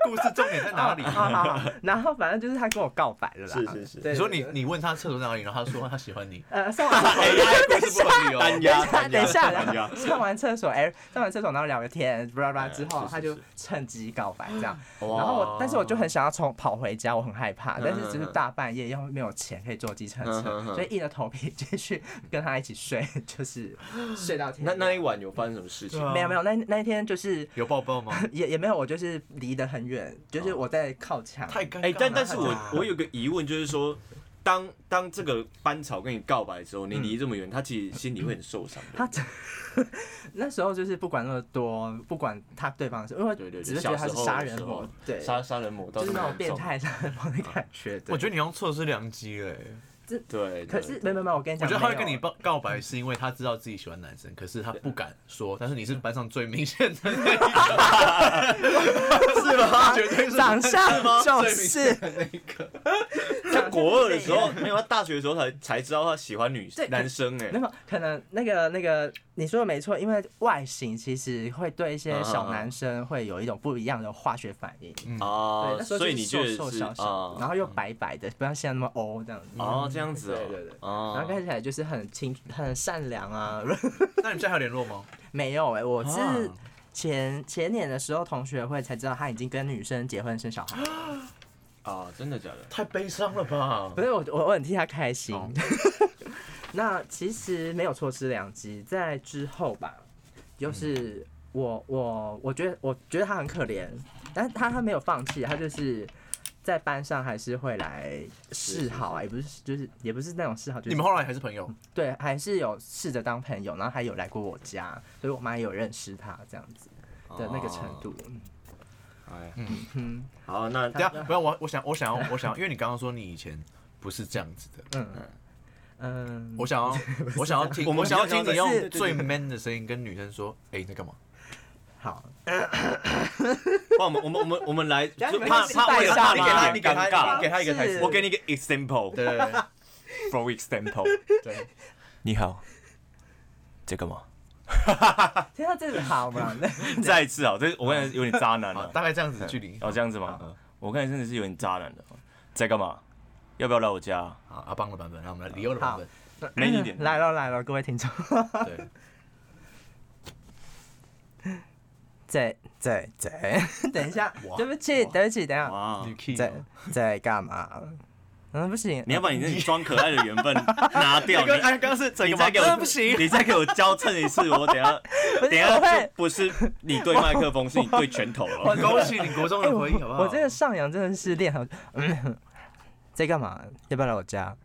[SPEAKER 2] 故事重点在哪里？
[SPEAKER 3] 好好好，然后反正就是他跟我告白了啦。
[SPEAKER 1] (laughs) 是是是
[SPEAKER 3] 对
[SPEAKER 2] 你说你
[SPEAKER 3] 对对，
[SPEAKER 2] 你问他厕所在哪里，然后他说他喜欢你
[SPEAKER 1] (laughs)
[SPEAKER 3] 呃
[SPEAKER 1] 哎
[SPEAKER 3] 上完
[SPEAKER 2] 故事不合理哦。
[SPEAKER 1] 单压，
[SPEAKER 3] 等一下
[SPEAKER 1] 单压
[SPEAKER 3] 等一下
[SPEAKER 1] 单压，
[SPEAKER 3] 上完厕所，哎，上完厕所然后聊个天，巴拉巴拉之
[SPEAKER 1] 是
[SPEAKER 3] 后
[SPEAKER 1] 哎是
[SPEAKER 3] 他就是趁机告白这样。
[SPEAKER 1] 哇
[SPEAKER 3] 然后我，但是我就很想要从跑回家，我很害怕，但是只
[SPEAKER 1] 嗯
[SPEAKER 3] 是
[SPEAKER 1] 嗯嗯
[SPEAKER 3] 大半夜又没有钱可以坐计程
[SPEAKER 1] 嗯嗯嗯
[SPEAKER 3] 车，所以硬着头皮继续跟他一起睡，
[SPEAKER 1] (gasps)
[SPEAKER 3] 就是睡到天
[SPEAKER 1] 那
[SPEAKER 3] 亮。
[SPEAKER 1] 那一晚有发生什么事情？
[SPEAKER 2] 对啊
[SPEAKER 3] 没有没有，那那一天就是
[SPEAKER 2] 有抱抱吗？
[SPEAKER 3] 也也没有，我就是离得很远，就是我在靠墙。
[SPEAKER 2] 太尴尬了。
[SPEAKER 1] 哎、但但是我
[SPEAKER 2] 啊
[SPEAKER 1] 我有个疑问，就是说，当当这个班草跟你告白之后，你离这么远，他其实心里会很受伤的。
[SPEAKER 3] 嗯他真那时候就是不管那么多，不管他对方是，因为
[SPEAKER 1] 对对对，
[SPEAKER 3] 只是觉得他是
[SPEAKER 1] 小时候
[SPEAKER 3] 杀
[SPEAKER 1] 的
[SPEAKER 3] 人
[SPEAKER 1] 时候
[SPEAKER 3] 魔，对，
[SPEAKER 1] 杀杀人魔，
[SPEAKER 3] 就是那种变。态杀人魔的感觉。对
[SPEAKER 2] 我觉得你用错失良机了欸。
[SPEAKER 1] 对，对
[SPEAKER 3] 可是没有没有没有，我跟你
[SPEAKER 2] 我
[SPEAKER 3] 讲，
[SPEAKER 2] 觉得他会
[SPEAKER 3] 没有
[SPEAKER 2] 跟你告告白，是因为他知道自己喜欢男生，可是他不敢说。但是你是班上最明显的那一个，是吧？绝对是
[SPEAKER 3] 长
[SPEAKER 2] 吗
[SPEAKER 3] 相
[SPEAKER 2] 最
[SPEAKER 3] 就
[SPEAKER 2] 明
[SPEAKER 3] 是
[SPEAKER 2] 显的那一个。
[SPEAKER 1] 他国二的时
[SPEAKER 3] (laughs)
[SPEAKER 1] 候，没有，他大学的时候才才知道他喜欢女
[SPEAKER 3] 对
[SPEAKER 1] 男生哎、
[SPEAKER 3] 那么可能那个那个你说的没错，因为外形其实会对一些小男生会有一种不一样的化学反应。对，
[SPEAKER 1] 哦，
[SPEAKER 3] 那时候
[SPEAKER 1] 所以
[SPEAKER 3] 就
[SPEAKER 1] 你
[SPEAKER 3] 是
[SPEAKER 1] 觉
[SPEAKER 3] 瘦
[SPEAKER 1] 得
[SPEAKER 3] 瘦
[SPEAKER 1] 是
[SPEAKER 3] 小小的，然
[SPEAKER 1] 啊？
[SPEAKER 3] 后又白白的，不像现在那么欧这样子。
[SPEAKER 1] 哦，这样子哦，
[SPEAKER 3] 对对对然后
[SPEAKER 1] 哦，
[SPEAKER 3] 看起来就是很清、很善良啊。 (laughs)
[SPEAKER 2] 那你们现在还有联络吗？
[SPEAKER 3] 没有哎、我是
[SPEAKER 2] 啊
[SPEAKER 3] 前前年的时候同学会才知道他已经跟女生结婚生小孩了，
[SPEAKER 1] 啊，真的假的？
[SPEAKER 2] 太悲伤了吧
[SPEAKER 3] 不！是我我我很替他开心。
[SPEAKER 2] 哦
[SPEAKER 3] (laughs) 那其实没有错失良机，在之后吧，就是我我我觉得我觉得他很可怜，但是他他没有放弃，他就是。在班上还是会来示好啊，也不是就是也不是那种示好，就是
[SPEAKER 2] (laughs) 你们后来还是朋友？
[SPEAKER 3] 对，还是有试着当朋友，然后还有来过我家，所以我妈也有认识他这样子的那个程度。
[SPEAKER 1] 哎，
[SPEAKER 3] 嗯
[SPEAKER 1] 好，那
[SPEAKER 2] 对啊，不要我，我想，我想要，我想要，因为你刚刚说你以前不是这样子的，
[SPEAKER 3] 嗯嗯，
[SPEAKER 2] 我想要，我想要听，
[SPEAKER 1] 我们
[SPEAKER 2] 想要听你
[SPEAKER 1] 是
[SPEAKER 2] 用最 man 的声音跟女生说，哎，你在干嘛？
[SPEAKER 3] 好，
[SPEAKER 1] 帮我们我们我们我们来，
[SPEAKER 3] 下
[SPEAKER 1] 就
[SPEAKER 3] 你们
[SPEAKER 1] 怕
[SPEAKER 3] 先
[SPEAKER 1] 怕
[SPEAKER 3] 示
[SPEAKER 1] 为了
[SPEAKER 3] 范
[SPEAKER 1] 怕
[SPEAKER 3] 一
[SPEAKER 1] 你
[SPEAKER 3] 下
[SPEAKER 1] 给
[SPEAKER 3] 嘛
[SPEAKER 1] 他你给他
[SPEAKER 3] 尴尬
[SPEAKER 1] 你给他一个台
[SPEAKER 3] 是
[SPEAKER 1] 阶，我给你一个 example，
[SPEAKER 2] 对对对
[SPEAKER 1] for
[SPEAKER 3] (laughs)
[SPEAKER 1] example，
[SPEAKER 2] 对，
[SPEAKER 1] 你好，在干嘛？
[SPEAKER 3] (laughs) 听到这个好嘛？那
[SPEAKER 1] 再一次啊，这我感觉有点渣男
[SPEAKER 2] (laughs) 好，
[SPEAKER 1] 了。
[SPEAKER 2] 大概这样子的距离。
[SPEAKER 1] 哦，这样子吗？我看你真的是有点渣男的。在干嘛？要不要来我家？
[SPEAKER 2] 好，啊阿邦的版本，然后我们来李欧的版本。
[SPEAKER 1] 没一点
[SPEAKER 3] 嗯来了来了，各位 (laughs) 听众，
[SPEAKER 2] 对，
[SPEAKER 3] 在在在， (laughs) 等一下
[SPEAKER 2] 哇，
[SPEAKER 3] 对不起，对不起，等一下，
[SPEAKER 1] 哇哎
[SPEAKER 2] 女 key
[SPEAKER 3] 在
[SPEAKER 2] 哦
[SPEAKER 3] 在干嘛？嗯，不行，
[SPEAKER 1] 你要把你那装可爱的缘分 (laughs) 拿掉，
[SPEAKER 2] 那个
[SPEAKER 1] 你
[SPEAKER 2] 哎，刚刚是整
[SPEAKER 1] 你
[SPEAKER 2] 个
[SPEAKER 1] 再给我
[SPEAKER 2] 不行，
[SPEAKER 1] (laughs) 你再给我交衬一次，我等一下
[SPEAKER 3] 不
[SPEAKER 1] 等一
[SPEAKER 3] 是
[SPEAKER 1] 下
[SPEAKER 3] 我
[SPEAKER 1] 就
[SPEAKER 3] 会。
[SPEAKER 1] 不是你对麦克风，是你对拳头
[SPEAKER 2] (laughs)
[SPEAKER 1] 了。
[SPEAKER 2] 勾起你国中
[SPEAKER 3] 哎
[SPEAKER 2] 的
[SPEAKER 3] 我
[SPEAKER 2] 回忆，好不好？
[SPEAKER 3] 我这个上扬真的是练好，嗯在干嘛？要不要来我家？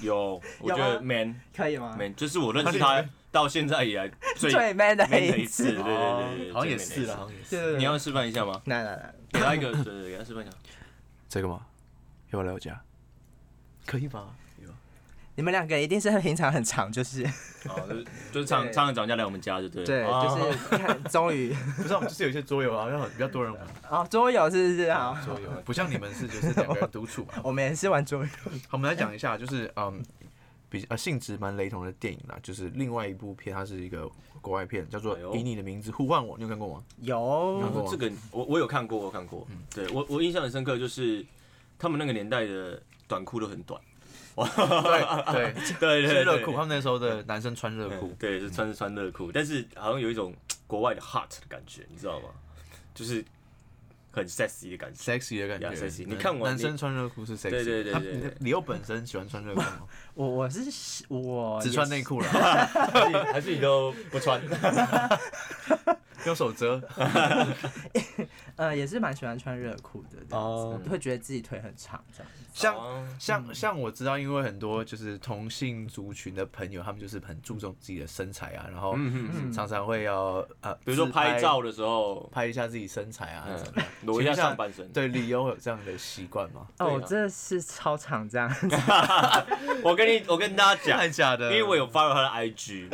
[SPEAKER 1] 有，我觉得
[SPEAKER 3] 有吗
[SPEAKER 1] man
[SPEAKER 3] 可以吗
[SPEAKER 1] man 就是我认识他到现在以来最
[SPEAKER 3] 最 man 的
[SPEAKER 1] man 的
[SPEAKER 3] 一
[SPEAKER 1] 一次，对对，
[SPEAKER 3] 次
[SPEAKER 1] 对对，
[SPEAKER 2] 哦好像
[SPEAKER 1] 最 man 的
[SPEAKER 2] 也
[SPEAKER 1] 一
[SPEAKER 2] 是
[SPEAKER 1] 次
[SPEAKER 2] 啦，好。像也
[SPEAKER 3] 对
[SPEAKER 2] 是。
[SPEAKER 3] 对对，
[SPEAKER 1] 你要示范一下
[SPEAKER 3] (laughs)
[SPEAKER 1] 吗？
[SPEAKER 3] 来来来，
[SPEAKER 1] 给他一个，对对对，给他示范一下。
[SPEAKER 2] 这个吗？要不要来我家？可以吧？可以吧？
[SPEAKER 3] 你们两个一定是平常很长，就是
[SPEAKER 1] 哦，就是就是常
[SPEAKER 3] 对
[SPEAKER 1] 常常涨价来我们家就对了。
[SPEAKER 3] 对，
[SPEAKER 1] 哦
[SPEAKER 3] 就是 (laughs) 看终于
[SPEAKER 2] 不是啊，我们就是有一些桌游啊，好像比较多人玩
[SPEAKER 3] 哦，桌游是不是好？
[SPEAKER 2] 桌游，啊不像你们是就是两个人独处嘛。
[SPEAKER 3] 我们也是玩桌游，
[SPEAKER 2] 好，我们来讲一下，就是嗯，比呃性质蛮雷同的电影啦，就是另外一部片，它是一个国外片，叫做
[SPEAKER 1] 哎
[SPEAKER 2] 《
[SPEAKER 1] 呦
[SPEAKER 2] 以你的名字呼唤我》，你有看过吗？
[SPEAKER 1] 然
[SPEAKER 3] 有
[SPEAKER 1] 后这个我我有看过，我有看过。对我我印象很深刻，就是他们那个年代的短裤都很短。
[SPEAKER 2] 对对，
[SPEAKER 1] (laughs) 对对
[SPEAKER 2] 是
[SPEAKER 1] 对，
[SPEAKER 2] 热裤，他们那时候的男生穿热裤
[SPEAKER 1] 嗯。对，是穿是穿热裤，但是好像有一种国外的 hot 的感觉，你知道吗？就是很 sexy 的感觉。
[SPEAKER 2] sexy 的感觉
[SPEAKER 1] Yeah，sexy 你看我
[SPEAKER 2] 男生穿热裤是 sexy，
[SPEAKER 1] 对对对
[SPEAKER 2] 他
[SPEAKER 1] 对对
[SPEAKER 2] 李欧本身喜欢穿热裤吗？
[SPEAKER 1] (laughs)
[SPEAKER 3] 我我是
[SPEAKER 1] 哦
[SPEAKER 3] 我
[SPEAKER 2] 只
[SPEAKER 3] 也
[SPEAKER 2] 穿
[SPEAKER 3] 是
[SPEAKER 2] 内裤了，
[SPEAKER 1] 还是还是你都不穿？
[SPEAKER 2] 用手遮。
[SPEAKER 3] 呃也是蛮喜欢穿热裤的，哦
[SPEAKER 2] 哦，
[SPEAKER 3] 会觉得自己腿很长这样子。
[SPEAKER 2] (laughs) 像
[SPEAKER 1] 哦
[SPEAKER 2] 像像我知道，因为很多就是同性族群的朋友，他们就是很注重自己的身材啊，然后常常会要呃，
[SPEAKER 1] 嗯比如说
[SPEAKER 2] 自拍
[SPEAKER 1] 拍照的时候，
[SPEAKER 2] 拍一下自己身材啊，
[SPEAKER 1] 嗯
[SPEAKER 2] 怎么样，
[SPEAKER 1] 裸一下上半身。
[SPEAKER 2] 对，理由有这样的习
[SPEAKER 1] (laughs)
[SPEAKER 2] 惯吗？
[SPEAKER 3] 哦，
[SPEAKER 1] 对啊
[SPEAKER 3] 我真的是超长这样子，
[SPEAKER 1] 我跟你我跟大家讲
[SPEAKER 2] 太，假的，
[SPEAKER 1] 因为我有 follow 他的 IG，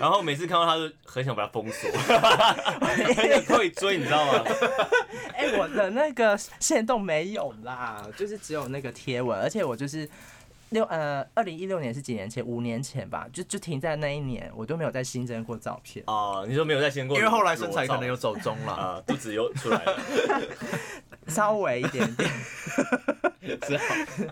[SPEAKER 1] 然后每次看到他都很想把他封锁，很想退追，你知道吗？
[SPEAKER 3] (laughs) 哎、我的那个线动没有啦，就是只有那个贴文，而且我就是六呃，二零一六年是几年前？五年前吧，就就停在那一年，我都没有再新增过照片。
[SPEAKER 1] 哦，你说没有在先过，
[SPEAKER 2] 因为后来身材可能有走中了，
[SPEAKER 1] 啊，肚子又出来
[SPEAKER 2] (laughs)
[SPEAKER 1] 了，
[SPEAKER 3] 稍微一点点，
[SPEAKER 2] 只好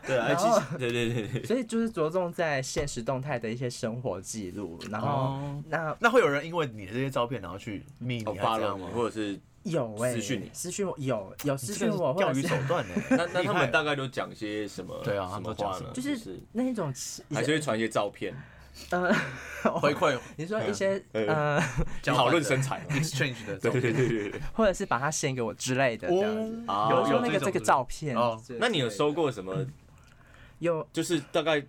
[SPEAKER 1] 对啊，
[SPEAKER 3] 然
[SPEAKER 1] 其
[SPEAKER 3] 后
[SPEAKER 1] 实对对对对，
[SPEAKER 3] 所以就是着重在现实动态的一些生活记录。然后、
[SPEAKER 2] 哦
[SPEAKER 3] 那
[SPEAKER 2] 那会有人因为你的这些照片，然后去密
[SPEAKER 1] 我
[SPEAKER 2] 你
[SPEAKER 1] 发
[SPEAKER 2] 还这
[SPEAKER 1] 了
[SPEAKER 2] 样吗？
[SPEAKER 1] 或者是
[SPEAKER 3] 有哎、
[SPEAKER 1] 私讯你
[SPEAKER 3] 私讯我有有私
[SPEAKER 2] 这
[SPEAKER 3] 讯
[SPEAKER 2] 个是
[SPEAKER 3] 我，或
[SPEAKER 2] 钓
[SPEAKER 3] 者
[SPEAKER 2] 鱼
[SPEAKER 3] 是
[SPEAKER 2] 手段欸呢？
[SPEAKER 1] (laughs) 那那他
[SPEAKER 2] 厉害
[SPEAKER 1] 们大概都讲些什么？
[SPEAKER 2] 对啊
[SPEAKER 1] 什
[SPEAKER 2] 他们
[SPEAKER 1] 么
[SPEAKER 2] 都讲
[SPEAKER 1] 话
[SPEAKER 2] 什
[SPEAKER 1] 呢
[SPEAKER 2] 么？
[SPEAKER 3] 就是那一种
[SPEAKER 1] 还是会传一些照片，
[SPEAKER 3] 呃，
[SPEAKER 2] 回馈
[SPEAKER 3] 你说一 (laughs) 些
[SPEAKER 1] 嗯
[SPEAKER 3] 呃，
[SPEAKER 2] 交换
[SPEAKER 1] 讨论
[SPEAKER 2] 的。
[SPEAKER 1] 身材
[SPEAKER 2] exchange (laughs) 的照
[SPEAKER 1] 对
[SPEAKER 2] 片，
[SPEAKER 1] 对对对对。
[SPEAKER 3] 或者是把它献给我之类的这样子。
[SPEAKER 1] 哦
[SPEAKER 3] 有
[SPEAKER 1] 有
[SPEAKER 3] 说那个
[SPEAKER 2] 这种
[SPEAKER 3] 这个
[SPEAKER 2] 是
[SPEAKER 3] 照片
[SPEAKER 2] 哦
[SPEAKER 3] 之类的，
[SPEAKER 1] 那你有收过什么？
[SPEAKER 3] 有
[SPEAKER 1] 就是大概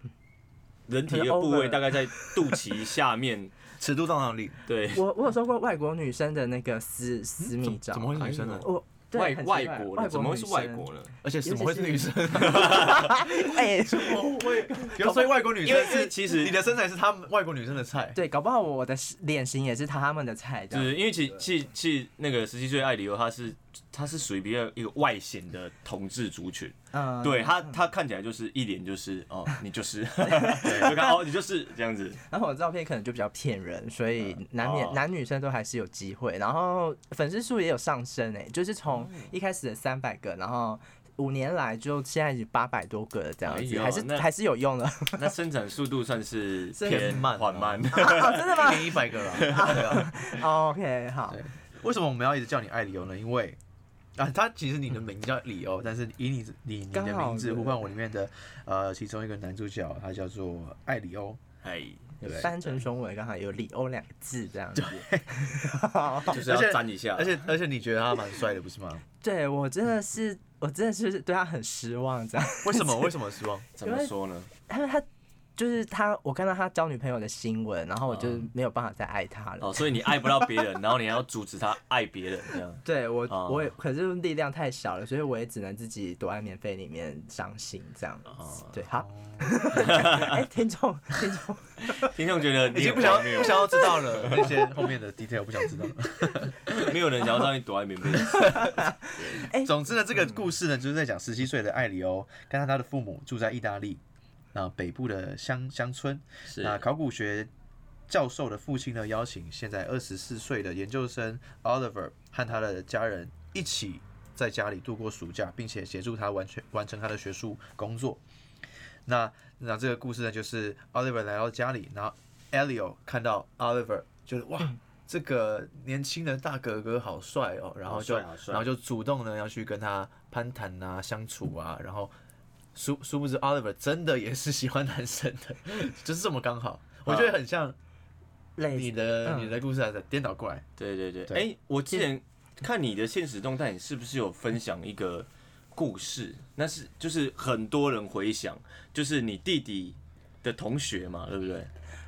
[SPEAKER 1] 人体的部位大概在肚脐下面，
[SPEAKER 2] 尺度到哪里？
[SPEAKER 1] 对，
[SPEAKER 3] 我我有收过外国女生的那个
[SPEAKER 1] 嗯
[SPEAKER 3] 私私密照，
[SPEAKER 2] 怎么会是女生呢？
[SPEAKER 3] 我对
[SPEAKER 1] 外
[SPEAKER 3] 很奇怪
[SPEAKER 1] 外国
[SPEAKER 3] 外
[SPEAKER 1] 人怎么会
[SPEAKER 3] 女
[SPEAKER 1] 是
[SPEAKER 3] 生
[SPEAKER 1] 外国人？
[SPEAKER 2] 而且怎么会是女生？
[SPEAKER 3] 哦哎、
[SPEAKER 2] (laughs)
[SPEAKER 1] (laughs)
[SPEAKER 3] (laughs)
[SPEAKER 2] 不要说外国女
[SPEAKER 1] 因
[SPEAKER 2] 生
[SPEAKER 1] 为，是其实
[SPEAKER 2] 你的身材是他们外国女生的菜。
[SPEAKER 3] 对，搞不好我的脸型也是他们的菜这
[SPEAKER 1] 就
[SPEAKER 3] 样。
[SPEAKER 1] 是因为其其其那个十七岁艾里欧，他是他是属于比较一个外显的同志族群，
[SPEAKER 3] 嗯，
[SPEAKER 1] 对他他看起来就是一脸就是哦你就是，对就看哦你就是这样子，
[SPEAKER 3] 然后我的照片可能就比较骗人，所以难免、
[SPEAKER 1] 哦
[SPEAKER 3] 男女生都还是有机会。然后粉丝数也有上升诶、就是从
[SPEAKER 1] 嗯
[SPEAKER 3] 一开始的三百个，然后五年来就现在已经八百多个了这样
[SPEAKER 1] 哎
[SPEAKER 3] 子，
[SPEAKER 1] 呦
[SPEAKER 3] 还是
[SPEAKER 1] 那
[SPEAKER 3] 还是有用的。
[SPEAKER 1] (laughs) 那生长速度算是
[SPEAKER 3] 生
[SPEAKER 1] 偏
[SPEAKER 2] 长慢
[SPEAKER 1] 缓
[SPEAKER 2] 哦
[SPEAKER 1] 慢， (laughs)
[SPEAKER 3] 哦，真的
[SPEAKER 2] 一
[SPEAKER 3] 吗
[SPEAKER 2] 年一百个啦 (laughs) 对啊。
[SPEAKER 3] 哦？OK，好
[SPEAKER 2] 对，为什么我们要一直叫你爱理由呢？因为啊，他其实你的名字叫理由，但是以你你你的
[SPEAKER 3] 刚好
[SPEAKER 2] 名字
[SPEAKER 3] 对
[SPEAKER 2] 呼唤我里面的呃其中一个男主角，他叫做艾里欧，
[SPEAKER 1] 哎，
[SPEAKER 2] 对不对？
[SPEAKER 3] 翻成中文刚好有“李欧”两个字这样子。
[SPEAKER 1] 就是要沾一下，
[SPEAKER 2] 而且而且你觉得他蛮帅的，不是吗？
[SPEAKER 3] (laughs) 对我真的是，我真的是对他很失望这样。
[SPEAKER 2] 为什么？为什么失
[SPEAKER 3] (laughs)
[SPEAKER 2] 望？
[SPEAKER 1] 怎么说呢？
[SPEAKER 3] 因为他就是他，我看到他交女朋友的新闻，然后我就没有办法再爱他了。
[SPEAKER 1] 嗯哦，所以你爱不到别人，然后你还要阻止他爱别人，这样。
[SPEAKER 2] (laughs)
[SPEAKER 3] 对我，
[SPEAKER 1] 哦
[SPEAKER 3] 我也可是力量太小了，所以我也只能自己躲在棉被里面伤心这样
[SPEAKER 1] 哦
[SPEAKER 3] 子。对，好， (laughs) 哎、听众，听
[SPEAKER 1] (laughs)
[SPEAKER 3] 众，
[SPEAKER 1] 听众觉得你
[SPEAKER 2] 已经
[SPEAKER 1] 很
[SPEAKER 2] 不想
[SPEAKER 1] 荒
[SPEAKER 2] 要
[SPEAKER 1] 谬
[SPEAKER 2] 不想要知道了，那些后面的 detail 不想知道 (laughs) 了。
[SPEAKER 1] (laughs) 没有人想要让你躲在棉
[SPEAKER 2] (laughs)
[SPEAKER 1] 被里。
[SPEAKER 2] 总之呢，这个故事呢，就是在讲十七岁的艾里欧跟他他的父母住在意大利那北部的乡乡村。
[SPEAKER 1] 是
[SPEAKER 2] 那考古学教授的父亲呢，邀请现在二十四岁的研究生 Oliver 和他的家人一起在家里度过暑假，并且协助他完全完成他的学术工作。那那这个故事呢，就是 Oliver 来到家里，然后 Elio 看到 Oliver，就是哇，这个年轻的大哥哥好帅哦，然后就
[SPEAKER 1] 好帅好帅
[SPEAKER 2] 然后就主动呢要去跟他攀谈啊、相处啊，然后殊殊不知 Oliver 真的也是喜欢男生的，就是这么刚好，我觉得很像你
[SPEAKER 3] 累，
[SPEAKER 2] 的、
[SPEAKER 3] 嗯
[SPEAKER 2] 你的故事还是颠倒过来，
[SPEAKER 1] 对对对，
[SPEAKER 2] 对
[SPEAKER 1] 哎、我之前看你的现实动态，你是不是有分享一个故事？那是就是很多人回想，就是你弟弟的同学嘛，对不对？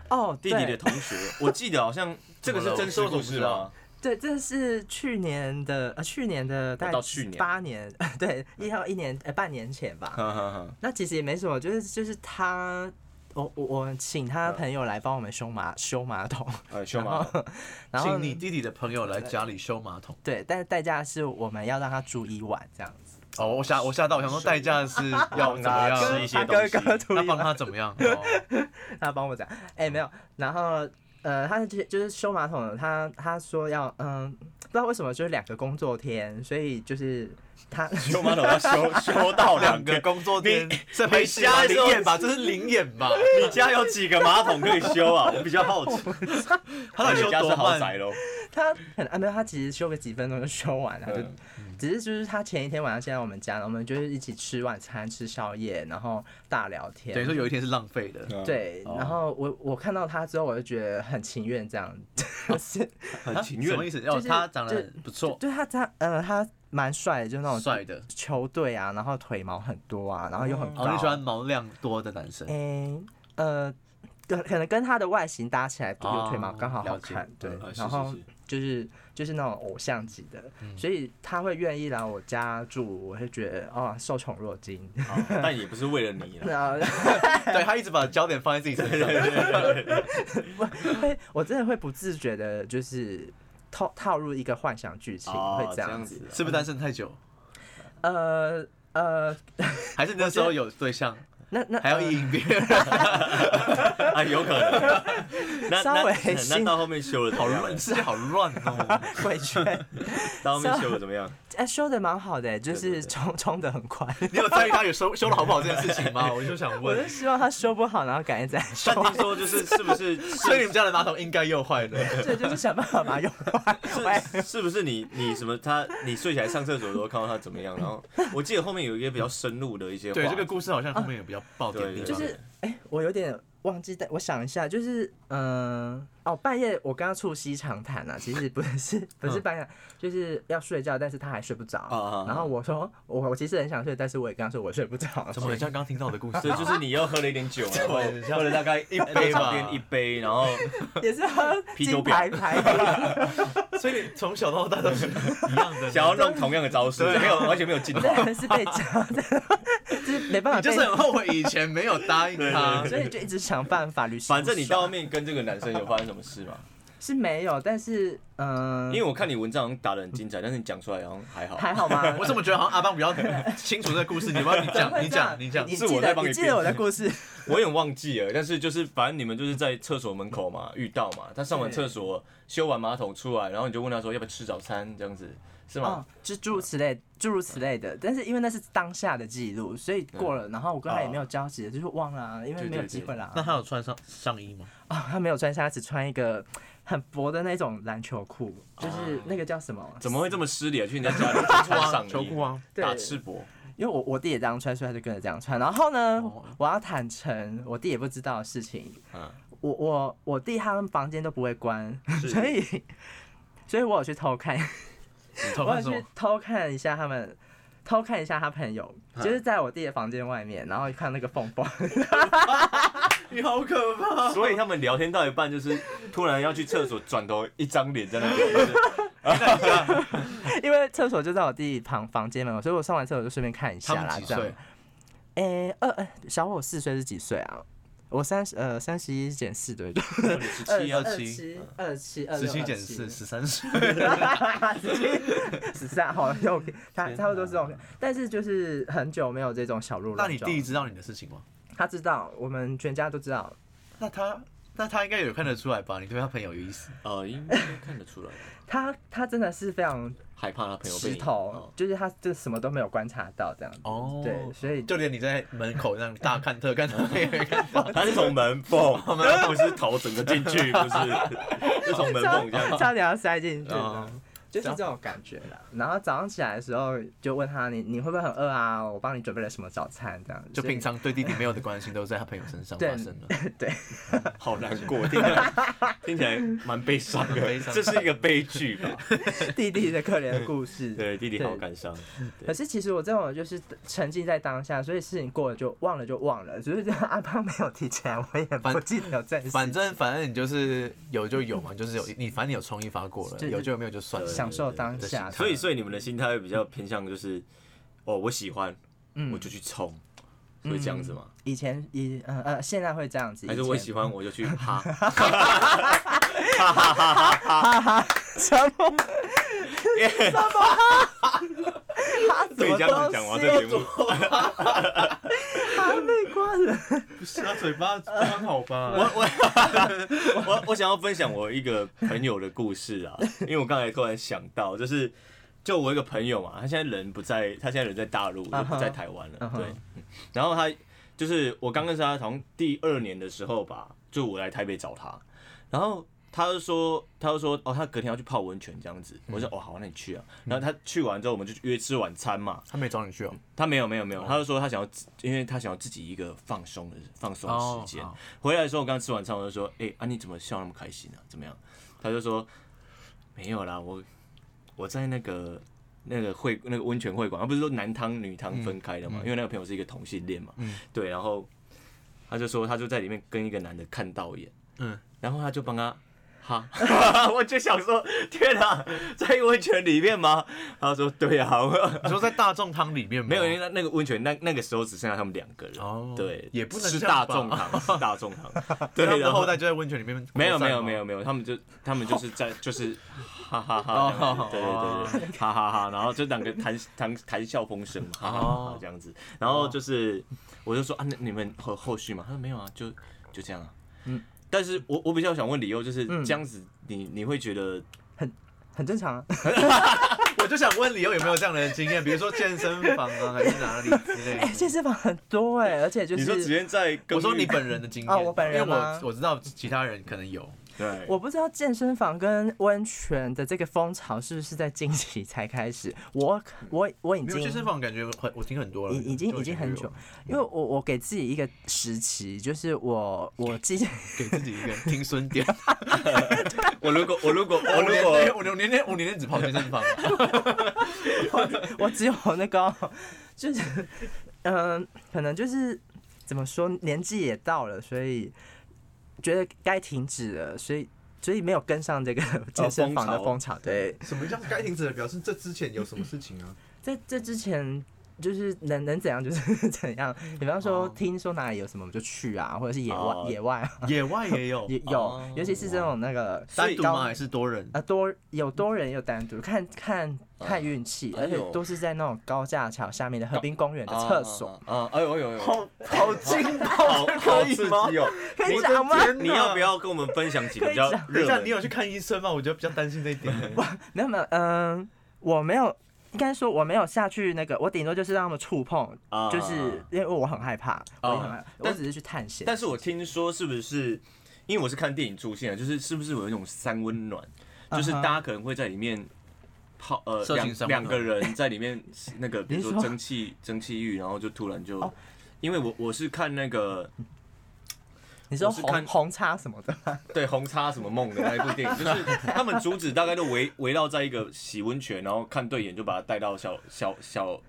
[SPEAKER 3] 哦，
[SPEAKER 1] 弟弟的同学，我记得好像这个是真实故事啊
[SPEAKER 2] (laughs)
[SPEAKER 1] 吗？
[SPEAKER 3] 对，这是去年的，呃，去年的大概
[SPEAKER 1] 哦到去年
[SPEAKER 3] 八年， (laughs) 对，一号一年，呃，半年前吧。
[SPEAKER 1] 哈哈哈，
[SPEAKER 3] 那其实也没什么，就是就是他，我我我请他朋友来帮我们修马修
[SPEAKER 1] (laughs)
[SPEAKER 3] 马桶，
[SPEAKER 1] 呃，修马桶，
[SPEAKER 3] 然后
[SPEAKER 2] 请你弟弟的朋友来家里修马桶。
[SPEAKER 3] 对，但是代价是我们要让他住一晚这样子，
[SPEAKER 2] 哦，我吓我吓到，我想说代价是要怎么
[SPEAKER 1] 呃 (laughs) 让他吃一
[SPEAKER 2] 样？
[SPEAKER 1] 些东西
[SPEAKER 3] 他哥哥住
[SPEAKER 2] 那
[SPEAKER 3] 一
[SPEAKER 2] 帮
[SPEAKER 3] 晚，
[SPEAKER 2] 他怎
[SPEAKER 1] (laughs)
[SPEAKER 2] 么样？哦，
[SPEAKER 3] 他帮我讲，哎、没有，然后呃，他就就是修马桶的，他他说要嗯，不知道为什么就是两个工作天，所以就是他
[SPEAKER 1] (laughs) 修马桶要修修到
[SPEAKER 2] 哦两
[SPEAKER 1] 两
[SPEAKER 2] 个
[SPEAKER 1] 个。
[SPEAKER 2] 工作天
[SPEAKER 1] 你，
[SPEAKER 2] 这没戏吧
[SPEAKER 1] 你瞎
[SPEAKER 2] 灵
[SPEAKER 1] 说
[SPEAKER 2] 眼吧？这是灵眼
[SPEAKER 1] (laughs)
[SPEAKER 2] 吧？
[SPEAKER 1] 你家有几个马桶可以修啊？我比较好 (laughs) 奇，
[SPEAKER 2] 他到底
[SPEAKER 1] 你
[SPEAKER 2] 修
[SPEAKER 1] 家
[SPEAKER 2] 多
[SPEAKER 1] 是豪宅
[SPEAKER 2] 慢？
[SPEAKER 1] 喽？
[SPEAKER 3] (laughs) 他很啊没有，他其实修个几分钟就修完了，就
[SPEAKER 1] 嗯
[SPEAKER 3] 只是就是他前一天晚上先来我们家，然后我们就是一起吃晚餐、吃宵夜，然后大聊天，
[SPEAKER 2] 等于说有一天是浪费的，
[SPEAKER 1] 嗯
[SPEAKER 3] 对，啊
[SPEAKER 2] 哦
[SPEAKER 3] 然后我我看到他之后，我就觉得很情愿这样，
[SPEAKER 2] (laughs)
[SPEAKER 3] 就是
[SPEAKER 1] 很情
[SPEAKER 2] 什
[SPEAKER 1] 愿
[SPEAKER 2] 么意思？哦
[SPEAKER 3] 就，是
[SPEAKER 2] 他长得很不错，
[SPEAKER 3] 对他他呃他蛮帅的，就那种
[SPEAKER 2] 帅的。
[SPEAKER 3] 球队啊，然后腿毛很多啊，然后又很高，
[SPEAKER 2] 哦，你喜欢毛量多的男生
[SPEAKER 3] 哎、？呃。可可能跟他的外形搭起来，有腿毛
[SPEAKER 2] 哦
[SPEAKER 3] 刚好好
[SPEAKER 2] 了解
[SPEAKER 3] 看，对
[SPEAKER 1] 啊，是
[SPEAKER 3] 然后
[SPEAKER 1] 是是
[SPEAKER 3] 就是就是那种偶像级的，
[SPEAKER 2] 嗯
[SPEAKER 3] 所以他会愿意来我家住，我会觉得哦受宠若惊， (laughs)
[SPEAKER 1] (laughs) 哦但也不是为了你啦。
[SPEAKER 3] 然后 (laughs)
[SPEAKER 2] 对他一直把焦点放在自己身上，
[SPEAKER 1] (laughs)
[SPEAKER 3] 会，我真的会不自觉的，就是套套入一个幻想剧情，
[SPEAKER 1] 哦
[SPEAKER 3] 会
[SPEAKER 1] 这
[SPEAKER 3] 样
[SPEAKER 1] 样子
[SPEAKER 2] 是不是单身太久？
[SPEAKER 3] 呃呃，
[SPEAKER 2] 还是那时候有对象？
[SPEAKER 3] 那那
[SPEAKER 2] 还要
[SPEAKER 3] 呃
[SPEAKER 2] 意淫别人，
[SPEAKER 1] (laughs) (laughs) 啊，有可
[SPEAKER 3] (laughs)
[SPEAKER 1] 能。那
[SPEAKER 3] 稍微
[SPEAKER 1] 那那
[SPEAKER 3] 性
[SPEAKER 1] 到后面修了怎
[SPEAKER 2] 好
[SPEAKER 1] 么样
[SPEAKER 3] (laughs)
[SPEAKER 2] 乱，世界好乱哦。
[SPEAKER 3] (laughs) 鬼圈，
[SPEAKER 1] 到后面修了怎么样？
[SPEAKER 3] 哎、修的蛮好的、就
[SPEAKER 1] 对对
[SPEAKER 3] 是
[SPEAKER 1] 对
[SPEAKER 3] 冲冲的很
[SPEAKER 1] (laughs)
[SPEAKER 3] 快。
[SPEAKER 2] 你有在意他有修修的好不好这件事情吗？ (laughs) 我就想
[SPEAKER 3] 我
[SPEAKER 2] 问
[SPEAKER 3] 就，希望他修不好，然后改天再修
[SPEAKER 1] 但。听说
[SPEAKER 3] (laughs)
[SPEAKER 1] 就是是不是
[SPEAKER 2] 所以你们家的马桶应该又坏的。
[SPEAKER 3] 对，就是想办法
[SPEAKER 1] (laughs)
[SPEAKER 3] 把它用完。
[SPEAKER 1] 是是不是你你什么他你睡起来上厕所的时候看到他怎么样？然
[SPEAKER 3] (laughs)
[SPEAKER 1] 后我记得后面有一些比较深入的一些话
[SPEAKER 2] 对，这个故事好像后面也比较爆点地
[SPEAKER 1] 对
[SPEAKER 2] 方，
[SPEAKER 3] 就是哎、我有点忘记，但我想一下，就是嗯、哦，半夜我跟他促膝长谈啊，其实不是不是半夜，就是要睡觉，但是他还睡不着。
[SPEAKER 1] 嗯啊啊啊
[SPEAKER 3] 然后我说我我其实很想睡，但是我也跟他说我睡不着。
[SPEAKER 2] 怎么很像刚听到的故事啊？
[SPEAKER 1] 对，就是你又喝了一点酒，然
[SPEAKER 3] (laughs)
[SPEAKER 1] 后
[SPEAKER 2] 对像
[SPEAKER 1] 喝了大概一
[SPEAKER 2] 杯吧
[SPEAKER 1] 一杯，然后
[SPEAKER 3] 也是喝
[SPEAKER 1] 啤酒
[SPEAKER 3] 金
[SPEAKER 1] 表
[SPEAKER 3] 牌牌的。
[SPEAKER 2] 所以你从小到大都是一样的，
[SPEAKER 1] 想要弄同样的招式，没有完全没有进 (laughs) 化。
[SPEAKER 3] 真的是被 (laughs) 教的，就是没办法
[SPEAKER 2] 你就是
[SPEAKER 3] 被，
[SPEAKER 2] 很后悔以前没有答应他。
[SPEAKER 3] 啊所以就一直想办法履行不爽。
[SPEAKER 1] 反正你到后面跟这个男生有发生什么事吗？
[SPEAKER 3] 是没有，但是嗯，
[SPEAKER 1] 因为我看你文章好像打的很精彩，但是你讲出来好像还好。
[SPEAKER 3] 还好吗？
[SPEAKER 2] 我怎么觉得好像阿邦比较清楚这个故事？你要不要你讲，你讲，你讲
[SPEAKER 3] 你。
[SPEAKER 1] 是我
[SPEAKER 3] 记
[SPEAKER 1] 在
[SPEAKER 3] 得
[SPEAKER 1] 帮你
[SPEAKER 3] 你记得我的
[SPEAKER 1] 编
[SPEAKER 3] 故事，
[SPEAKER 1] 我有点忘记了，但是就是反正你们就是在厕所门口嘛遇到嘛，他上完厕所修完马桶出来，然后你就问他说要不要吃早餐这样子，是
[SPEAKER 3] 哦
[SPEAKER 1] 吗？，
[SPEAKER 3] 就诸如此类，诸如此类的。但是因为那是当下的记录，所以过了，然后我跟他也没有交集，就是忘了啊，因为
[SPEAKER 1] 嗯啊对
[SPEAKER 3] 没有
[SPEAKER 1] 对
[SPEAKER 3] 机
[SPEAKER 1] 对
[SPEAKER 3] 会啦。
[SPEAKER 2] 那他有穿上上衣吗？
[SPEAKER 3] 哦，他没有穿下，他只穿一个很薄的那种篮球裤，就是
[SPEAKER 1] 啊
[SPEAKER 3] 那个叫什么？
[SPEAKER 1] 怎么会这么失礼啊？去人家家里穿上衣
[SPEAKER 2] 秋裤啊，
[SPEAKER 3] 对
[SPEAKER 1] 打赤膊，
[SPEAKER 3] 因为我我弟也这样穿，所以他就跟着这样穿。然后呢，
[SPEAKER 2] 哦
[SPEAKER 3] 我要坦诚，我弟也不知道的事情。
[SPEAKER 1] 嗯
[SPEAKER 3] 我我我弟他们房间都不会关，所以所以我有去
[SPEAKER 2] (laughs)
[SPEAKER 3] 偷看，
[SPEAKER 2] 你偷
[SPEAKER 3] 我
[SPEAKER 2] 看
[SPEAKER 3] 有
[SPEAKER 2] 什
[SPEAKER 3] 去
[SPEAKER 2] 么？
[SPEAKER 3] 偷看一下他们。偷看一下他朋友，
[SPEAKER 2] 嗯
[SPEAKER 3] 就是在我弟的房间外面，然后看那个缝 (laughs) 缝，
[SPEAKER 2] 你好可
[SPEAKER 1] (laughs)
[SPEAKER 2] 怕！
[SPEAKER 1] 所以他们聊天到一半就是突然要去厕所，转头一张脸在那边，就是
[SPEAKER 3] 因为厕所就在我弟旁房间门口，所以我上完厕所就顺便看一
[SPEAKER 2] 他
[SPEAKER 3] 下啦。
[SPEAKER 2] 们几
[SPEAKER 3] 这样
[SPEAKER 2] 岁？？
[SPEAKER 3] 诶、二呃，小我四岁是几岁啊？我三十呃三十一减四对不对？
[SPEAKER 1] 十
[SPEAKER 3] 二
[SPEAKER 1] 七
[SPEAKER 2] 要
[SPEAKER 1] 啊，
[SPEAKER 3] 二
[SPEAKER 2] 七
[SPEAKER 3] 七二七二
[SPEAKER 2] 十
[SPEAKER 3] 六
[SPEAKER 2] 七减
[SPEAKER 3] 二七
[SPEAKER 2] 四，十三岁。
[SPEAKER 3] 十三好
[SPEAKER 2] (laughs)
[SPEAKER 3] 像 OK，他差不多是 OK，但是就是很久没有这种小鹿
[SPEAKER 2] 那
[SPEAKER 3] 乱
[SPEAKER 2] 你
[SPEAKER 3] 撞
[SPEAKER 2] 弟知道你的事情吗？
[SPEAKER 3] 他知道，我们全家都知道，
[SPEAKER 2] 那他那他应该有看得出来吧？你对他朋友有意思。
[SPEAKER 1] 呃，应该看得出来，
[SPEAKER 3] 他他真的是非常
[SPEAKER 1] 害怕他朋友被
[SPEAKER 3] 石
[SPEAKER 1] 你
[SPEAKER 3] 头，，哦就是他这什么都没有观察到这样子，
[SPEAKER 2] 哦
[SPEAKER 3] 对，所以
[SPEAKER 2] 就连你在门口那样大看特看，他也没
[SPEAKER 1] (laughs)
[SPEAKER 2] 看到。
[SPEAKER 1] 哦他是从门缝，他不是头整个进去，不是，是从门缝这样。
[SPEAKER 3] (laughs) 差点要塞进去
[SPEAKER 2] 哦
[SPEAKER 3] 的，就是这种感觉啦。然后早上起来的时候，就问他你你会不会很饿啊？我帮你准备了什么早餐这样子。
[SPEAKER 2] 就
[SPEAKER 3] 所以
[SPEAKER 2] 平常对弟弟没有的关心，都在他朋友身上
[SPEAKER 3] 对
[SPEAKER 2] 发生了。
[SPEAKER 1] 好难过，听起来听起来蛮悲伤的，
[SPEAKER 2] 悲伤
[SPEAKER 1] 这是一个悲剧吧？
[SPEAKER 3] 弟弟的可怜的
[SPEAKER 2] (laughs)
[SPEAKER 3] 故事，
[SPEAKER 1] 对，弟弟好
[SPEAKER 3] 对
[SPEAKER 1] 感伤。
[SPEAKER 3] 可是其实我这种就是沉浸在当下，所以事情过了就忘了就忘了，只是这样阿胖没有提起来，我也不记得有这件事
[SPEAKER 2] 反正反正你就是有就有嘛，就是有你反正你有冲一发过了，
[SPEAKER 3] 就
[SPEAKER 2] 有就有没有就算了。
[SPEAKER 3] 享受当
[SPEAKER 2] 对
[SPEAKER 3] 下，
[SPEAKER 1] 所以，所以你们的心态会比较偏向就是，哦，我喜欢，
[SPEAKER 3] 嗯
[SPEAKER 1] 我就去冲，会这样子吗？
[SPEAKER 3] 以前以呃呃现在会这样子，
[SPEAKER 1] 还是我喜欢我就去哈？
[SPEAKER 3] 什么什么哈？
[SPEAKER 1] 所以这样子讲完这节目，
[SPEAKER 3] 他被啊关了， (laughs)
[SPEAKER 2] 不是他嘴 (laughs) 巴刚好吧？
[SPEAKER 1] 我我 (laughs) 我想要分享我一个朋友的故事啊，因为我刚才突然想到，就是就我一个朋友嘛，他现在人不在，他现在人在大陆，就
[SPEAKER 3] 啊哈
[SPEAKER 1] 不在台湾了。
[SPEAKER 3] 啊哈
[SPEAKER 1] 对，嗯然后他就是我刚认识他，从第二年的时候吧，就我来台北找他，然后。他就说，他就说，哦，他隔天要去泡温泉这样子。我说，
[SPEAKER 2] 嗯
[SPEAKER 1] 哦，好，那你去啊。然后他去完之后，我们就约吃晚餐嘛。
[SPEAKER 2] 他没找你去哦，
[SPEAKER 1] 他没有没有没有，他就说他想要自，因为他想要自己一个放松的放松的时间
[SPEAKER 2] 哦好。
[SPEAKER 1] 回来的时候，我刚吃完餐，我就说：“哎、啊，你怎么笑那么开心啊？怎么样？”他就说：“没有啦，我我在那个那个会那个温泉会馆，啊他不是说男汤女汤分开的
[SPEAKER 2] 嗯
[SPEAKER 1] 嘛？因为那个朋友是一个同性恋嘛，对。然后他就说他就在里面跟一个男的看到眼，
[SPEAKER 2] 嗯
[SPEAKER 1] 然后他就帮他哈， (laughs) 我就想说，天啊，在温泉里面吗？他说对啊， (laughs) 我
[SPEAKER 2] 你说在大众汤里面吗
[SPEAKER 1] 没有，因为那那个温泉那那个时候只剩下他们两个人，
[SPEAKER 2] 哦
[SPEAKER 1] 对，
[SPEAKER 2] 也不能
[SPEAKER 1] 吃
[SPEAKER 2] 这
[SPEAKER 1] 大
[SPEAKER 2] 样吧
[SPEAKER 1] 众堂，吃大众
[SPEAKER 2] (laughs)
[SPEAKER 1] 堂，
[SPEAKER 2] 所
[SPEAKER 1] 对
[SPEAKER 2] 以他，们的
[SPEAKER 1] 然
[SPEAKER 2] 后代就在温泉里面
[SPEAKER 1] 没有
[SPEAKER 2] 扩散
[SPEAKER 1] 没有
[SPEAKER 2] 吗
[SPEAKER 1] 没有没有，他们就他们就是在就是，哈哈哈，对对对对，哈哈哈，然后就两个谈谈谈笑风生嘛，哈哈哈这样子，然后就是我就说啊，那你们后后续嘛，他说没有啊，就就这样啊，嗯
[SPEAKER 3] 嗯，
[SPEAKER 1] 但是我我比较想问理由就是
[SPEAKER 3] 嗯
[SPEAKER 1] 这样子，你你会觉得
[SPEAKER 3] 很正常啊。
[SPEAKER 2] 我就想问李欧有没有这样的经验，比如说健身房啊，还是哪里之类
[SPEAKER 3] 哎，健
[SPEAKER 2] 的。
[SPEAKER 3] 身房很多哎，而且就
[SPEAKER 1] 你说直
[SPEAKER 3] 是
[SPEAKER 1] 接在公
[SPEAKER 2] 我
[SPEAKER 1] 寓
[SPEAKER 2] 说你本人的
[SPEAKER 3] (laughs)
[SPEAKER 2] 经验
[SPEAKER 3] 啊我本人
[SPEAKER 2] 因为
[SPEAKER 3] 吗
[SPEAKER 2] 我我知道其他人可能有，
[SPEAKER 1] 对，
[SPEAKER 3] 我不知道健身房跟温泉的这个风潮是不是在近期才开始。我我我已
[SPEAKER 2] 没有
[SPEAKER 3] 经
[SPEAKER 2] 健身房感觉很我听很多了，
[SPEAKER 3] 已已经已
[SPEAKER 2] 以前就
[SPEAKER 3] 经很
[SPEAKER 2] 有
[SPEAKER 3] 久，因为我我给自己一个时期，就是我 (laughs) 我记
[SPEAKER 2] (laughs) 给自己一个听孙点。
[SPEAKER 1] 我如果我如果我
[SPEAKER 2] (laughs) 我
[SPEAKER 1] 如
[SPEAKER 2] 如
[SPEAKER 1] 果
[SPEAKER 2] 果我年 (laughs) 年我年年只跑健身房，
[SPEAKER 3] 我只有那个，哦就是嗯、可能就是怎么说，年纪也到了，所以觉得该停止了，所以所以没有跟上这个健身房的
[SPEAKER 1] 风
[SPEAKER 3] 风潮。对，
[SPEAKER 4] 什么叫该停止的？表示这之前有什么事情啊？
[SPEAKER 3] 在这之前。就是能能怎样就是 (laughs) 怎样，比方说听说哪里有什么我们就去啊，或者是野外、
[SPEAKER 1] 哦
[SPEAKER 3] 野外啊
[SPEAKER 2] (laughs) 野外也
[SPEAKER 3] (laughs)
[SPEAKER 2] 有
[SPEAKER 3] 也有，
[SPEAKER 1] 哦
[SPEAKER 3] 尤其是这种那个
[SPEAKER 2] 单独
[SPEAKER 3] 高
[SPEAKER 2] 吗？还是多人？
[SPEAKER 3] 啊，多有多人有单独，看看看运气，
[SPEAKER 1] 哎
[SPEAKER 3] 而且
[SPEAKER 1] 呦
[SPEAKER 3] 都是在那种高架桥下面的河滨公园的厕所。
[SPEAKER 1] 啊，啊哎呦哎呦哎呦，
[SPEAKER 2] 好好劲
[SPEAKER 1] 好
[SPEAKER 2] 爆，这
[SPEAKER 1] 好
[SPEAKER 2] 可
[SPEAKER 1] 刺
[SPEAKER 2] 以
[SPEAKER 1] 激
[SPEAKER 2] 吗？
[SPEAKER 1] 哦！
[SPEAKER 3] 可以哎讲吗？
[SPEAKER 1] 你要不要跟我们分享几个比较
[SPEAKER 3] 可以讲
[SPEAKER 2] 等
[SPEAKER 1] 热
[SPEAKER 2] 一下，你
[SPEAKER 1] 门？
[SPEAKER 2] 有去看医生吗？我觉得比较担心这一 (laughs) 点。
[SPEAKER 3] 没有没有，嗯，我没有，应该说我没有下去那个，我顶多就是让他们触碰，
[SPEAKER 1] 啊
[SPEAKER 3] 就是因为我很害怕，我也很害怕，我
[SPEAKER 1] 但
[SPEAKER 3] 只是去探险。
[SPEAKER 1] 但是我听说是不是？因为我是看电影出现的，就是是不是有一种三温暖，
[SPEAKER 3] 啊
[SPEAKER 1] 就是大家可能会在里面泡呃
[SPEAKER 2] 色情
[SPEAKER 1] 两
[SPEAKER 2] 三温
[SPEAKER 1] 两
[SPEAKER 2] 暖
[SPEAKER 1] 个人在里面那个，比如
[SPEAKER 3] 你
[SPEAKER 1] 说
[SPEAKER 3] 说
[SPEAKER 1] 蒸汽蒸汽浴，然后就突然就
[SPEAKER 3] 哦，
[SPEAKER 1] 因为我我是看那个
[SPEAKER 3] 你说
[SPEAKER 1] 我是看
[SPEAKER 3] 红红叉
[SPEAKER 1] (laughs)
[SPEAKER 3] 什么的吗，
[SPEAKER 1] 对红叉什么梦的那一部
[SPEAKER 3] (laughs)
[SPEAKER 1] 电影，就是他们主旨大概都围围绕在一个洗温泉，然后看对眼就把他带到小小小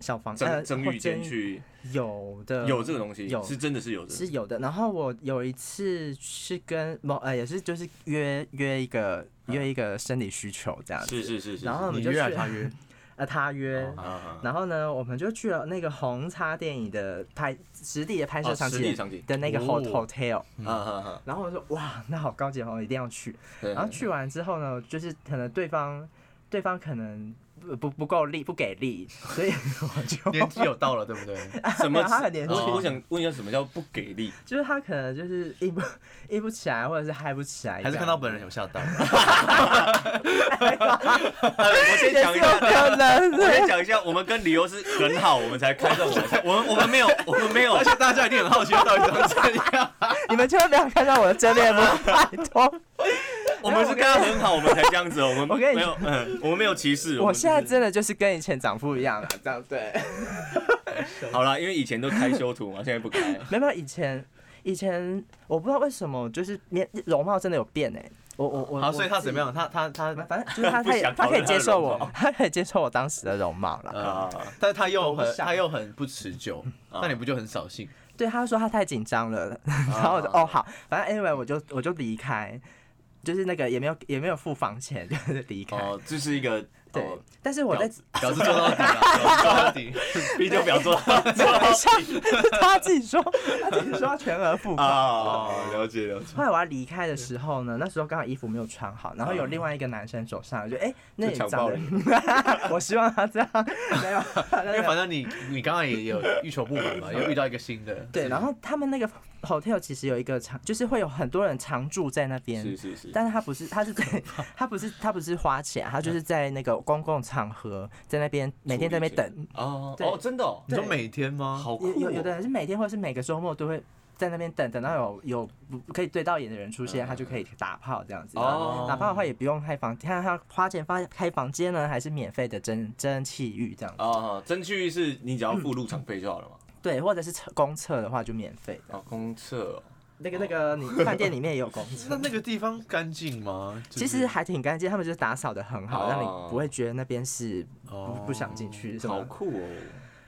[SPEAKER 3] 小房呃
[SPEAKER 1] 蒸蒸
[SPEAKER 3] 或
[SPEAKER 1] 浴间去，
[SPEAKER 3] 有的
[SPEAKER 1] 有这个东西
[SPEAKER 3] 有
[SPEAKER 1] 是真的是有的
[SPEAKER 3] 是有的。然后我有一次是跟某呃也是就是约约一个约一个生理需求这样子，
[SPEAKER 1] 是是是是，
[SPEAKER 3] 然后
[SPEAKER 1] 是
[SPEAKER 3] 我们
[SPEAKER 2] 你
[SPEAKER 3] 就去
[SPEAKER 2] 约还是他约？
[SPEAKER 3] 呃他约，
[SPEAKER 1] 啊啊
[SPEAKER 3] 然后呢，我们就去了那个红叉电影的拍实地的拍
[SPEAKER 1] 哦
[SPEAKER 3] 摄场
[SPEAKER 1] 实
[SPEAKER 3] 景
[SPEAKER 1] 地场景
[SPEAKER 3] 的那个
[SPEAKER 2] 哦
[SPEAKER 3] hot- hotel，、
[SPEAKER 1] 啊啊啊，
[SPEAKER 3] 然后我说哇，那好高级哦，一定要去。
[SPEAKER 1] 对
[SPEAKER 3] 然后去完之后呢，就是可能对方对方可能不不不够力，不给力，所以我
[SPEAKER 2] (laughs)
[SPEAKER 3] 就
[SPEAKER 2] 年纪有到了，对
[SPEAKER 3] (laughs)
[SPEAKER 2] 不对？
[SPEAKER 1] 什么呃
[SPEAKER 3] 他很年轻
[SPEAKER 1] 我我想问一下，什么叫不给 (laughs) 力？
[SPEAKER 3] 就是他可能就是硬不 (laughs) 硬不起来，或者是嗨不起来这
[SPEAKER 2] 还
[SPEAKER 3] 样，
[SPEAKER 2] 是看
[SPEAKER 3] (laughs)
[SPEAKER 2] 到本人有吓到？
[SPEAKER 1] 呃我先
[SPEAKER 3] (laughs)
[SPEAKER 1] 讲一
[SPEAKER 3] 有
[SPEAKER 1] 下。
[SPEAKER 3] 可能
[SPEAKER 1] 我先讲一下，我们跟理由是很好，我们才开这种玩笑。我们我们没有，我们没有
[SPEAKER 2] (laughs) 而，且大家一定很好奇他到底长怎样。
[SPEAKER 3] 你们千万不要看到我的真面目，拜托！
[SPEAKER 1] 我们是跟他很好，我们才这样子。哦我们
[SPEAKER 3] 我跟你
[SPEAKER 1] 没有，嗯，我们没有歧视。
[SPEAKER 3] 我
[SPEAKER 1] 们只是
[SPEAKER 3] 现在真的就是跟以前 (laughs) 长不一样了，这样对。
[SPEAKER 1] 好啦，因为以前都开修图嘛，现在不开。
[SPEAKER 3] (laughs) 没有没有，以前以前我不知道为什么，就是面容貌真的有变哎、我我我，
[SPEAKER 2] 好，
[SPEAKER 3] 我
[SPEAKER 2] 所以他怎么
[SPEAKER 3] 自
[SPEAKER 2] 样？他他
[SPEAKER 3] 己？
[SPEAKER 2] 他，
[SPEAKER 3] 反正就是他，
[SPEAKER 1] 不
[SPEAKER 3] 他也
[SPEAKER 1] 想
[SPEAKER 3] 他
[SPEAKER 1] 讨
[SPEAKER 3] 可
[SPEAKER 1] 论
[SPEAKER 3] 以接
[SPEAKER 1] 他的
[SPEAKER 3] 受
[SPEAKER 1] 容
[SPEAKER 3] 我
[SPEAKER 1] 貌，
[SPEAKER 3] (laughs) 他可以接受我当时的容貌了。
[SPEAKER 1] 啊
[SPEAKER 2] 呃，，但他又
[SPEAKER 3] 我
[SPEAKER 2] 很
[SPEAKER 3] 想
[SPEAKER 2] 他又很不持久，
[SPEAKER 3] 嗯
[SPEAKER 2] 那你不就很扫兴？
[SPEAKER 3] 对，他说他太紧张了，然后我就哦好，反正 anyway 我就我就离开，就是那个也没有也没有付房钱， (laughs) 就是离开。
[SPEAKER 1] 哦，这是一个
[SPEAKER 3] 对，
[SPEAKER 1] 哦
[SPEAKER 3] 但是我在
[SPEAKER 1] 婊子
[SPEAKER 2] 表示做到底啊，表示做到底。
[SPEAKER 1] 啤酒表做 (laughs)
[SPEAKER 3] 等一下， (laughs) 他自己说他自己说要全额付款。
[SPEAKER 1] 啊，了解了解。
[SPEAKER 3] 后来我要离开的时候
[SPEAKER 1] 嗯
[SPEAKER 3] 呢，那时候刚好衣服没有穿好，然后有另外一个男生走上来，就哎、
[SPEAKER 1] 嗯
[SPEAKER 3] 那
[SPEAKER 1] 就
[SPEAKER 3] 里
[SPEAKER 1] 强
[SPEAKER 3] 长
[SPEAKER 1] 暴
[SPEAKER 3] 得， (laughs) 我希望他这
[SPEAKER 1] (laughs)
[SPEAKER 3] 样，没有，
[SPEAKER 2] 因为反正你你刚刚也有欲求不满嘛，又遇到一个新的。
[SPEAKER 3] (laughs) 对，然
[SPEAKER 2] 后
[SPEAKER 3] 后他们那个 hotel 其实有一个常，就是会有很多人常住在那边，
[SPEAKER 1] 是是是，
[SPEAKER 3] 但是他不是，他是在，
[SPEAKER 1] (laughs)
[SPEAKER 3] 他不是，他不是花钱，他就是在那个公共场合，在那边每天在那边等，
[SPEAKER 1] 哦
[SPEAKER 3] 对
[SPEAKER 1] 哦，真的哦，
[SPEAKER 2] 你说
[SPEAKER 3] 对
[SPEAKER 2] 每天吗？
[SPEAKER 1] 好酷
[SPEAKER 3] 有
[SPEAKER 1] 哦。
[SPEAKER 3] 有有的人是每天或者是每个周末都会。在那边等，等到有有不可以对到眼的人出现，他就可以打炮这样子。
[SPEAKER 1] 嗯
[SPEAKER 3] 啊
[SPEAKER 1] 哦
[SPEAKER 3] 打炮的话也不用开房，看他花钱发开房间呢，还是免费的蒸蒸汽浴这样子。
[SPEAKER 1] 啊，蒸汽是你只要付入场费就好了嘛。
[SPEAKER 3] 对，或者是厕公厕的话就免费的。
[SPEAKER 1] 哦，公厕哦
[SPEAKER 3] 那个那个，
[SPEAKER 1] (laughs)
[SPEAKER 3] 你饭店里面也有公厕。
[SPEAKER 2] 那那个地方干净吗？
[SPEAKER 3] 其实还挺干净，他们就是打扫的很好，让
[SPEAKER 1] 哦
[SPEAKER 3] 你不会觉得那边是
[SPEAKER 2] 哦
[SPEAKER 3] 不不想进去什
[SPEAKER 1] 好
[SPEAKER 3] 么。
[SPEAKER 1] 酷哦，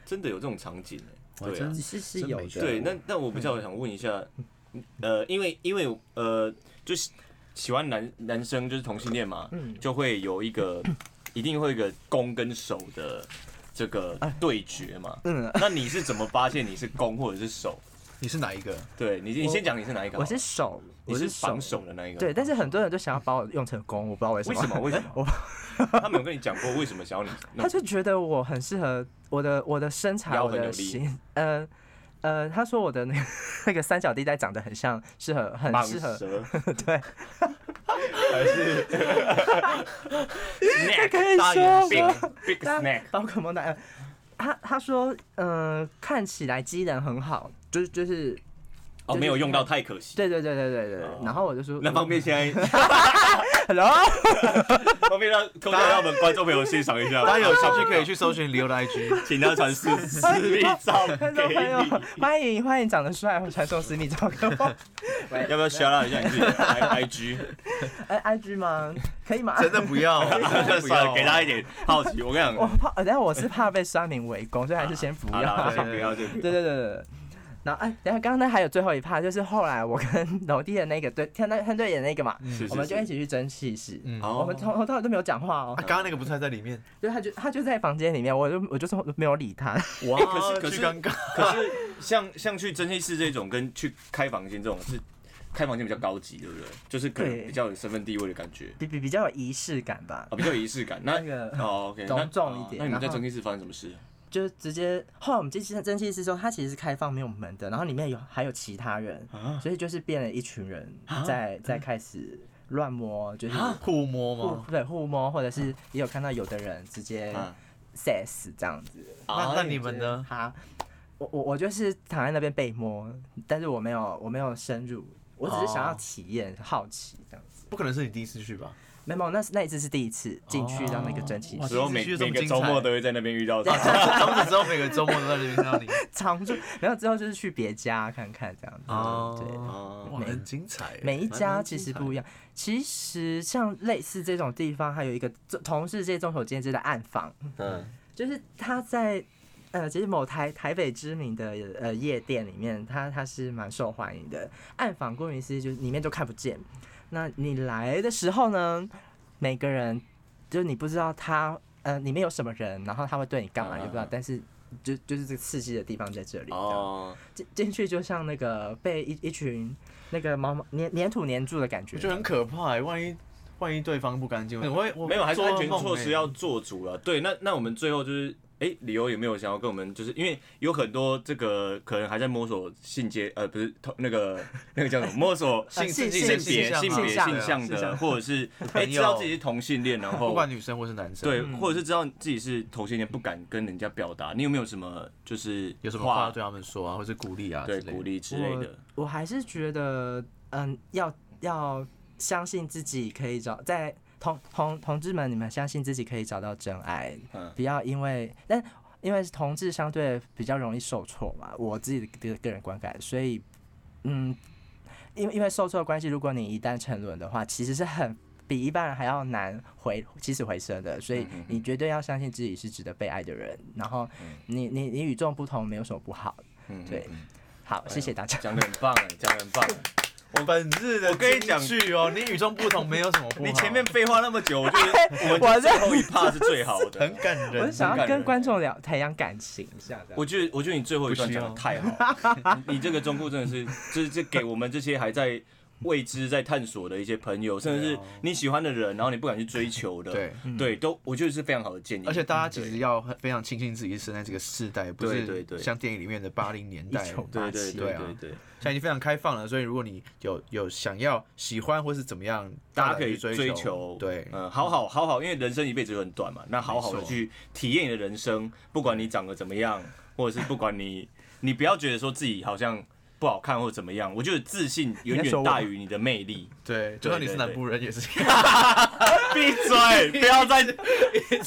[SPEAKER 1] 真的有这种场景哎。
[SPEAKER 2] 哇
[SPEAKER 1] 对啊
[SPEAKER 2] 真，
[SPEAKER 3] 是是
[SPEAKER 2] 真
[SPEAKER 3] 有
[SPEAKER 2] 没
[SPEAKER 3] 的，
[SPEAKER 2] 去
[SPEAKER 1] 对，那那我比较想问一下，呃，因为因为呃，就是喜欢男男生就是同性恋嘛，
[SPEAKER 3] 嗯
[SPEAKER 1] 就会有一
[SPEAKER 3] (coughs)
[SPEAKER 1] 个一定会有一个攻跟守的这个对决嘛。
[SPEAKER 3] 哎嗯
[SPEAKER 1] 那你是怎么发现你是攻或者是守？
[SPEAKER 4] 你是哪一个？
[SPEAKER 1] 对你，你先讲你是哪一个好
[SPEAKER 3] 我
[SPEAKER 1] 了？
[SPEAKER 3] 是手，
[SPEAKER 1] 你
[SPEAKER 3] 我
[SPEAKER 1] 是
[SPEAKER 3] 手
[SPEAKER 1] 防守的那一个。
[SPEAKER 3] 对，但是很多人都想要把我用成 (laughs) 攻，我不知道为什
[SPEAKER 1] 为
[SPEAKER 3] 么。
[SPEAKER 1] 什么？为什么？他们有跟你讲过为什么想要你弄？
[SPEAKER 3] 他就觉得我很适合我的我的身材，
[SPEAKER 1] 腰
[SPEAKER 3] 我
[SPEAKER 1] 很有
[SPEAKER 3] 的
[SPEAKER 1] 力
[SPEAKER 3] 形，呃呃，他说我的那个那个三角地带长得很像，适合很
[SPEAKER 1] 蟒
[SPEAKER 3] 适合，
[SPEAKER 1] 蛇 (laughs)
[SPEAKER 3] 对，
[SPEAKER 1] 还是
[SPEAKER 3] (laughs) 这
[SPEAKER 1] snack
[SPEAKER 3] 可以
[SPEAKER 1] 大
[SPEAKER 3] 说
[SPEAKER 1] 眼睛 big
[SPEAKER 3] 大
[SPEAKER 1] snack
[SPEAKER 3] 宝可梦的。呃他他说，呃，看起来机能很好，就是就是，
[SPEAKER 1] 哦，没有用到太可惜。
[SPEAKER 3] 对对对对对对。
[SPEAKER 1] 哦
[SPEAKER 3] 然后我就说，嗯
[SPEAKER 1] 那方便现在
[SPEAKER 3] (laughs) ，Hello，
[SPEAKER 1] 方便让空间让我们观众朋友欣赏一下，
[SPEAKER 2] 大家有兴趣可以去搜寻李 (laughs) 欧的 IG。
[SPEAKER 1] 请他传私
[SPEAKER 3] (laughs)
[SPEAKER 1] 私密照给
[SPEAKER 3] 观众朋友
[SPEAKER 1] 你。，
[SPEAKER 3] 欢迎欢迎，长得帅，我传送私密照 (laughs) 给我。喂
[SPEAKER 1] 要不要 shout out 一下你
[SPEAKER 3] (laughs)
[SPEAKER 1] 自己的 I G？
[SPEAKER 3] 呃，IG 吗？可以吗？
[SPEAKER 2] 真的不要， (laughs) 真的
[SPEAKER 1] (laughs)
[SPEAKER 2] 不
[SPEAKER 1] 算
[SPEAKER 2] 要
[SPEAKER 1] 了，给大家一点好奇。我跟你
[SPEAKER 3] (laughs) 我
[SPEAKER 1] 讲，
[SPEAKER 3] 怕，但我是怕被酸民围攻，所以还是先哦不
[SPEAKER 1] 好
[SPEAKER 3] 要
[SPEAKER 1] 啦，。先不要这个。
[SPEAKER 3] 对对对对对。然后哎，等一下刚刚那还有最后一趴，就是后来我跟 (laughs) 楼弟的那个对天对天对眼那个嘛，
[SPEAKER 1] 嗯是是
[SPEAKER 3] 我们就一
[SPEAKER 1] 是
[SPEAKER 3] 起去蒸汽室。
[SPEAKER 2] 嗯
[SPEAKER 1] 哦
[SPEAKER 3] 我们从头到尾都没有讲话哦
[SPEAKER 2] 啊，，刚刚那个不是还在里面？
[SPEAKER 3] 就他就他就在房间里面，我就我就说没有理他。
[SPEAKER 2] 哇
[SPEAKER 1] 哎可是可是
[SPEAKER 2] 巨尴尬。
[SPEAKER 1] 可是像像去蒸汽室这种，跟去开房间这种是开房间比较高级，对不对？就是可能
[SPEAKER 3] 对
[SPEAKER 1] 比较有身份地位的感觉，
[SPEAKER 3] 比比比较有仪式感吧
[SPEAKER 1] 啊，，比较有仪式感。那
[SPEAKER 3] 那个
[SPEAKER 1] 哦，OK，
[SPEAKER 3] 隆
[SPEAKER 1] 那
[SPEAKER 3] 重一点
[SPEAKER 1] 那你们在
[SPEAKER 3] 然后
[SPEAKER 1] 蒸汽室发生什么事？
[SPEAKER 3] 就直接后来我们进去蒸汽室之后，它其实是开放没有门的，然后里面有还有其他人，
[SPEAKER 1] 啊
[SPEAKER 3] 所以就是变了一群人在在开始乱摸，就是
[SPEAKER 1] 啊
[SPEAKER 2] 互摸
[SPEAKER 3] 互
[SPEAKER 2] 吗？
[SPEAKER 3] 对互摸，或者是也有看到有的人直接
[SPEAKER 1] 啊
[SPEAKER 3] sex 这样子。
[SPEAKER 2] 那那
[SPEAKER 1] 哎
[SPEAKER 2] 你们呢？
[SPEAKER 3] 哈，我我我就是躺在那边被摸，但是我没有我没有深入，我只是想要
[SPEAKER 2] 哦
[SPEAKER 3] 体验、好奇这样子。
[SPEAKER 2] 不可能是你第一次去
[SPEAKER 3] (laughs)
[SPEAKER 2] 吧？
[SPEAKER 3] 没有，没有那是那一次是第一次进去到那个蒸汽
[SPEAKER 2] 哦哇
[SPEAKER 1] 之后每
[SPEAKER 2] 第一次去这
[SPEAKER 1] 每
[SPEAKER 2] 么
[SPEAKER 1] 个
[SPEAKER 2] 精
[SPEAKER 1] 周末
[SPEAKER 2] 彩
[SPEAKER 1] 都会在那边遇
[SPEAKER 3] (laughs)
[SPEAKER 1] 到他。
[SPEAKER 2] 从此之后每个周末都在这边看到你，
[SPEAKER 3] 常住，然后之后就是去别家看看这样子。嗯对，
[SPEAKER 2] 哦，哇，
[SPEAKER 3] 每
[SPEAKER 2] 很精彩耶。
[SPEAKER 3] 每一家
[SPEAKER 2] 蛮
[SPEAKER 3] 其实
[SPEAKER 2] 精彩
[SPEAKER 3] 不一样。其实像类似这种地方，还有一个同事界众所皆知的暗房，
[SPEAKER 1] 嗯，
[SPEAKER 3] 就是他在呃，其实某台台北知名的呃夜店里面，他他是蛮受欢迎的。暗访顾名思义，就是里面就看不见。那你来的时候呢，每个人就是你不知道他呃里面有什么人，然后他会对你干嘛
[SPEAKER 1] 嗯
[SPEAKER 3] 你不知道，
[SPEAKER 1] 嗯嗯
[SPEAKER 3] 但是。就就是这个刺激的地方在这里，哦，
[SPEAKER 1] 哦，
[SPEAKER 3] 进进去就像那个被一一群那个毛毛粘粘土粘住的感觉
[SPEAKER 2] 我觉，得很可怕耶，万一万一对方不干净，我会我
[SPEAKER 1] 没有，还是
[SPEAKER 2] 做
[SPEAKER 1] 安
[SPEAKER 2] 噩
[SPEAKER 1] 全
[SPEAKER 2] 梦欸
[SPEAKER 1] 措施
[SPEAKER 2] 耶
[SPEAKER 1] 要做足了。对，那那我们最后就是，哎、理由有没有想要跟我们，就是因为有很多这个可能还在摸索性阶，呃，不是同那个那个叫什么，摸索
[SPEAKER 2] 呃性自
[SPEAKER 3] 性
[SPEAKER 2] 己
[SPEAKER 1] 性
[SPEAKER 2] 的
[SPEAKER 3] 性
[SPEAKER 1] 别、
[SPEAKER 2] 向
[SPEAKER 1] 性
[SPEAKER 2] 嘛
[SPEAKER 1] 别、
[SPEAKER 3] 性向
[SPEAKER 1] 性向
[SPEAKER 2] 对啊
[SPEAKER 1] 的，或者是哎、
[SPEAKER 2] 朋友
[SPEAKER 1] 知道自己是同性恋，然
[SPEAKER 2] 不
[SPEAKER 1] 后
[SPEAKER 2] 管女嗯生或是男生，
[SPEAKER 1] 对，，或者是知道自己是同性恋，不敢跟人家表达。你有没有什么就是
[SPEAKER 2] 有什么话要对他们说啊，或是鼓励啊，
[SPEAKER 1] 对鼓。励之类的？
[SPEAKER 3] 我。我还是觉得，嗯，要要相信自己可以找在同同同志们，你们相信自己可以找到真爱，
[SPEAKER 1] 嗯
[SPEAKER 3] 不要因为但因为同志相对比较容易受挫嘛，我自己的个个人观感，所以嗯，因为因为受挫的关系，如果你一旦沉沦的话，其实是很。比一般人还要难回起死回生的，所
[SPEAKER 1] 嗯
[SPEAKER 3] 以你绝对要相信自己是值得被爱的人。然后你你你与众不同没有什么不好。
[SPEAKER 1] 嗯，
[SPEAKER 3] 对
[SPEAKER 1] 嗯，
[SPEAKER 3] 好，谢谢大家。
[SPEAKER 1] 讲的很棒哎，讲的很棒哎。
[SPEAKER 2] 我本日的
[SPEAKER 1] 我跟你讲
[SPEAKER 2] 金
[SPEAKER 1] (laughs)
[SPEAKER 2] 句哦，你与众不同，没有什么不好。
[SPEAKER 1] 你前面废话那么久，我觉
[SPEAKER 2] (laughs)
[SPEAKER 1] 得我
[SPEAKER 3] 我
[SPEAKER 1] 们
[SPEAKER 3] 在
[SPEAKER 1] 最后一趴是最好的
[SPEAKER 2] 很。感人，
[SPEAKER 3] 我是想
[SPEAKER 1] 很
[SPEAKER 3] 要
[SPEAKER 1] 感
[SPEAKER 3] 跟
[SPEAKER 1] 人
[SPEAKER 3] 观众聊培养感情一下的。
[SPEAKER 1] 我觉得，我觉得你最后一段
[SPEAKER 2] 不需
[SPEAKER 1] 讲
[SPEAKER 2] 要
[SPEAKER 1] 的太好了，你你 (laughs) 这个忠告真的是，这这给我们这些还在未知、在探索的一些朋友，甚至是你喜欢的人，然后你不敢去追求的，
[SPEAKER 2] 啊对嗯
[SPEAKER 1] 对，都我觉得是非常好的建议。
[SPEAKER 2] 而且大家其实要很非常庆幸自己是生在这个世代，不
[SPEAKER 1] 对对
[SPEAKER 2] 是
[SPEAKER 1] 对
[SPEAKER 2] 像电影里面的八零年代，
[SPEAKER 3] 1980
[SPEAKER 1] 对对
[SPEAKER 2] 对
[SPEAKER 1] 对
[SPEAKER 2] 啊
[SPEAKER 1] 对对，
[SPEAKER 2] 现在已经非常开放了。所以如果你有有想要喜欢或是怎么样，
[SPEAKER 1] 大家
[SPEAKER 2] 胆
[SPEAKER 1] 可以
[SPEAKER 2] 去追
[SPEAKER 1] 追求，
[SPEAKER 2] 对，
[SPEAKER 1] 嗯，好好好好，因为人生一辈子都很短嘛，那好好的
[SPEAKER 2] 没错
[SPEAKER 1] 去体验你的人生，不管你长得怎么样，或者是不管你，你不要觉得说自己好像不好看或怎么样，我觉得自信远
[SPEAKER 3] 你在说
[SPEAKER 1] 远
[SPEAKER 3] 我
[SPEAKER 1] 大于你的魅力。
[SPEAKER 2] 对，就算你是
[SPEAKER 1] 对
[SPEAKER 2] 南
[SPEAKER 1] 对
[SPEAKER 2] 部人也是。
[SPEAKER 1] 闭嘴！不要再，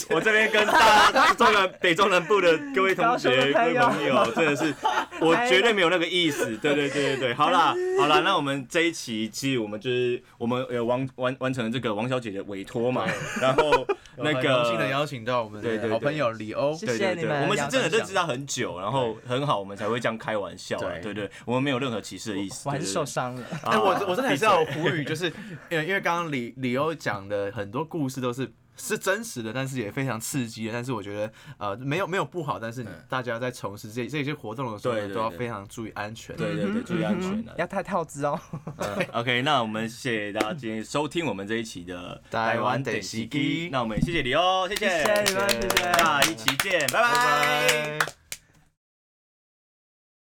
[SPEAKER 1] 我这边跟大家中南北中南部的各位同
[SPEAKER 3] 高雄
[SPEAKER 1] 学、各
[SPEAKER 3] 的朋
[SPEAKER 1] 位
[SPEAKER 3] 友
[SPEAKER 1] 朋友，真的是我绝对没有那个意思。对对对对对，好啦好啦，那我们这一期其实我们就是我们呃完完完成了这个王小姐的委托嘛，然后那
[SPEAKER 4] 很荣幸的
[SPEAKER 1] 个。
[SPEAKER 4] 邀请到我们
[SPEAKER 1] 对对
[SPEAKER 4] 的
[SPEAKER 1] 对
[SPEAKER 4] 好朋友李欧，
[SPEAKER 3] 谢
[SPEAKER 1] 对
[SPEAKER 3] 谢
[SPEAKER 1] 对
[SPEAKER 3] 你
[SPEAKER 1] 对，
[SPEAKER 3] 们，
[SPEAKER 1] 我们是真的认识
[SPEAKER 3] 到
[SPEAKER 1] 他很久，然后很好，我们才会这样开玩笑啊。
[SPEAKER 4] 对
[SPEAKER 1] 对对，我们没有任何歧视的意思。
[SPEAKER 3] 我还是
[SPEAKER 1] 对
[SPEAKER 3] 受。伤了。
[SPEAKER 1] 对对
[SPEAKER 2] 哎、
[SPEAKER 1] 啊
[SPEAKER 2] 我我真的还是要
[SPEAKER 1] 闭嘴
[SPEAKER 2] 呼吁，就是因为因为刚刚李李欧讲的很多故事都是是真实的，但是也非常刺激的。但是我觉得呃没有没有不好，但是你大家在从事这这些活动的时候呢
[SPEAKER 1] 嗯对对
[SPEAKER 2] 都要
[SPEAKER 1] 对
[SPEAKER 2] 非常注意安全。
[SPEAKER 1] 对对对，注意安全啊
[SPEAKER 3] 要太跳资哦。
[SPEAKER 1] 嗯 (laughs) OK，那我们谢谢大家今天收听我们这一期的
[SPEAKER 2] 台湾电视机
[SPEAKER 1] 那我们也谢谢你哦，谢谢，
[SPEAKER 3] 谢谢你们谢谢
[SPEAKER 1] 下一期见，拜
[SPEAKER 2] 拜
[SPEAKER 1] 拜
[SPEAKER 2] 拜。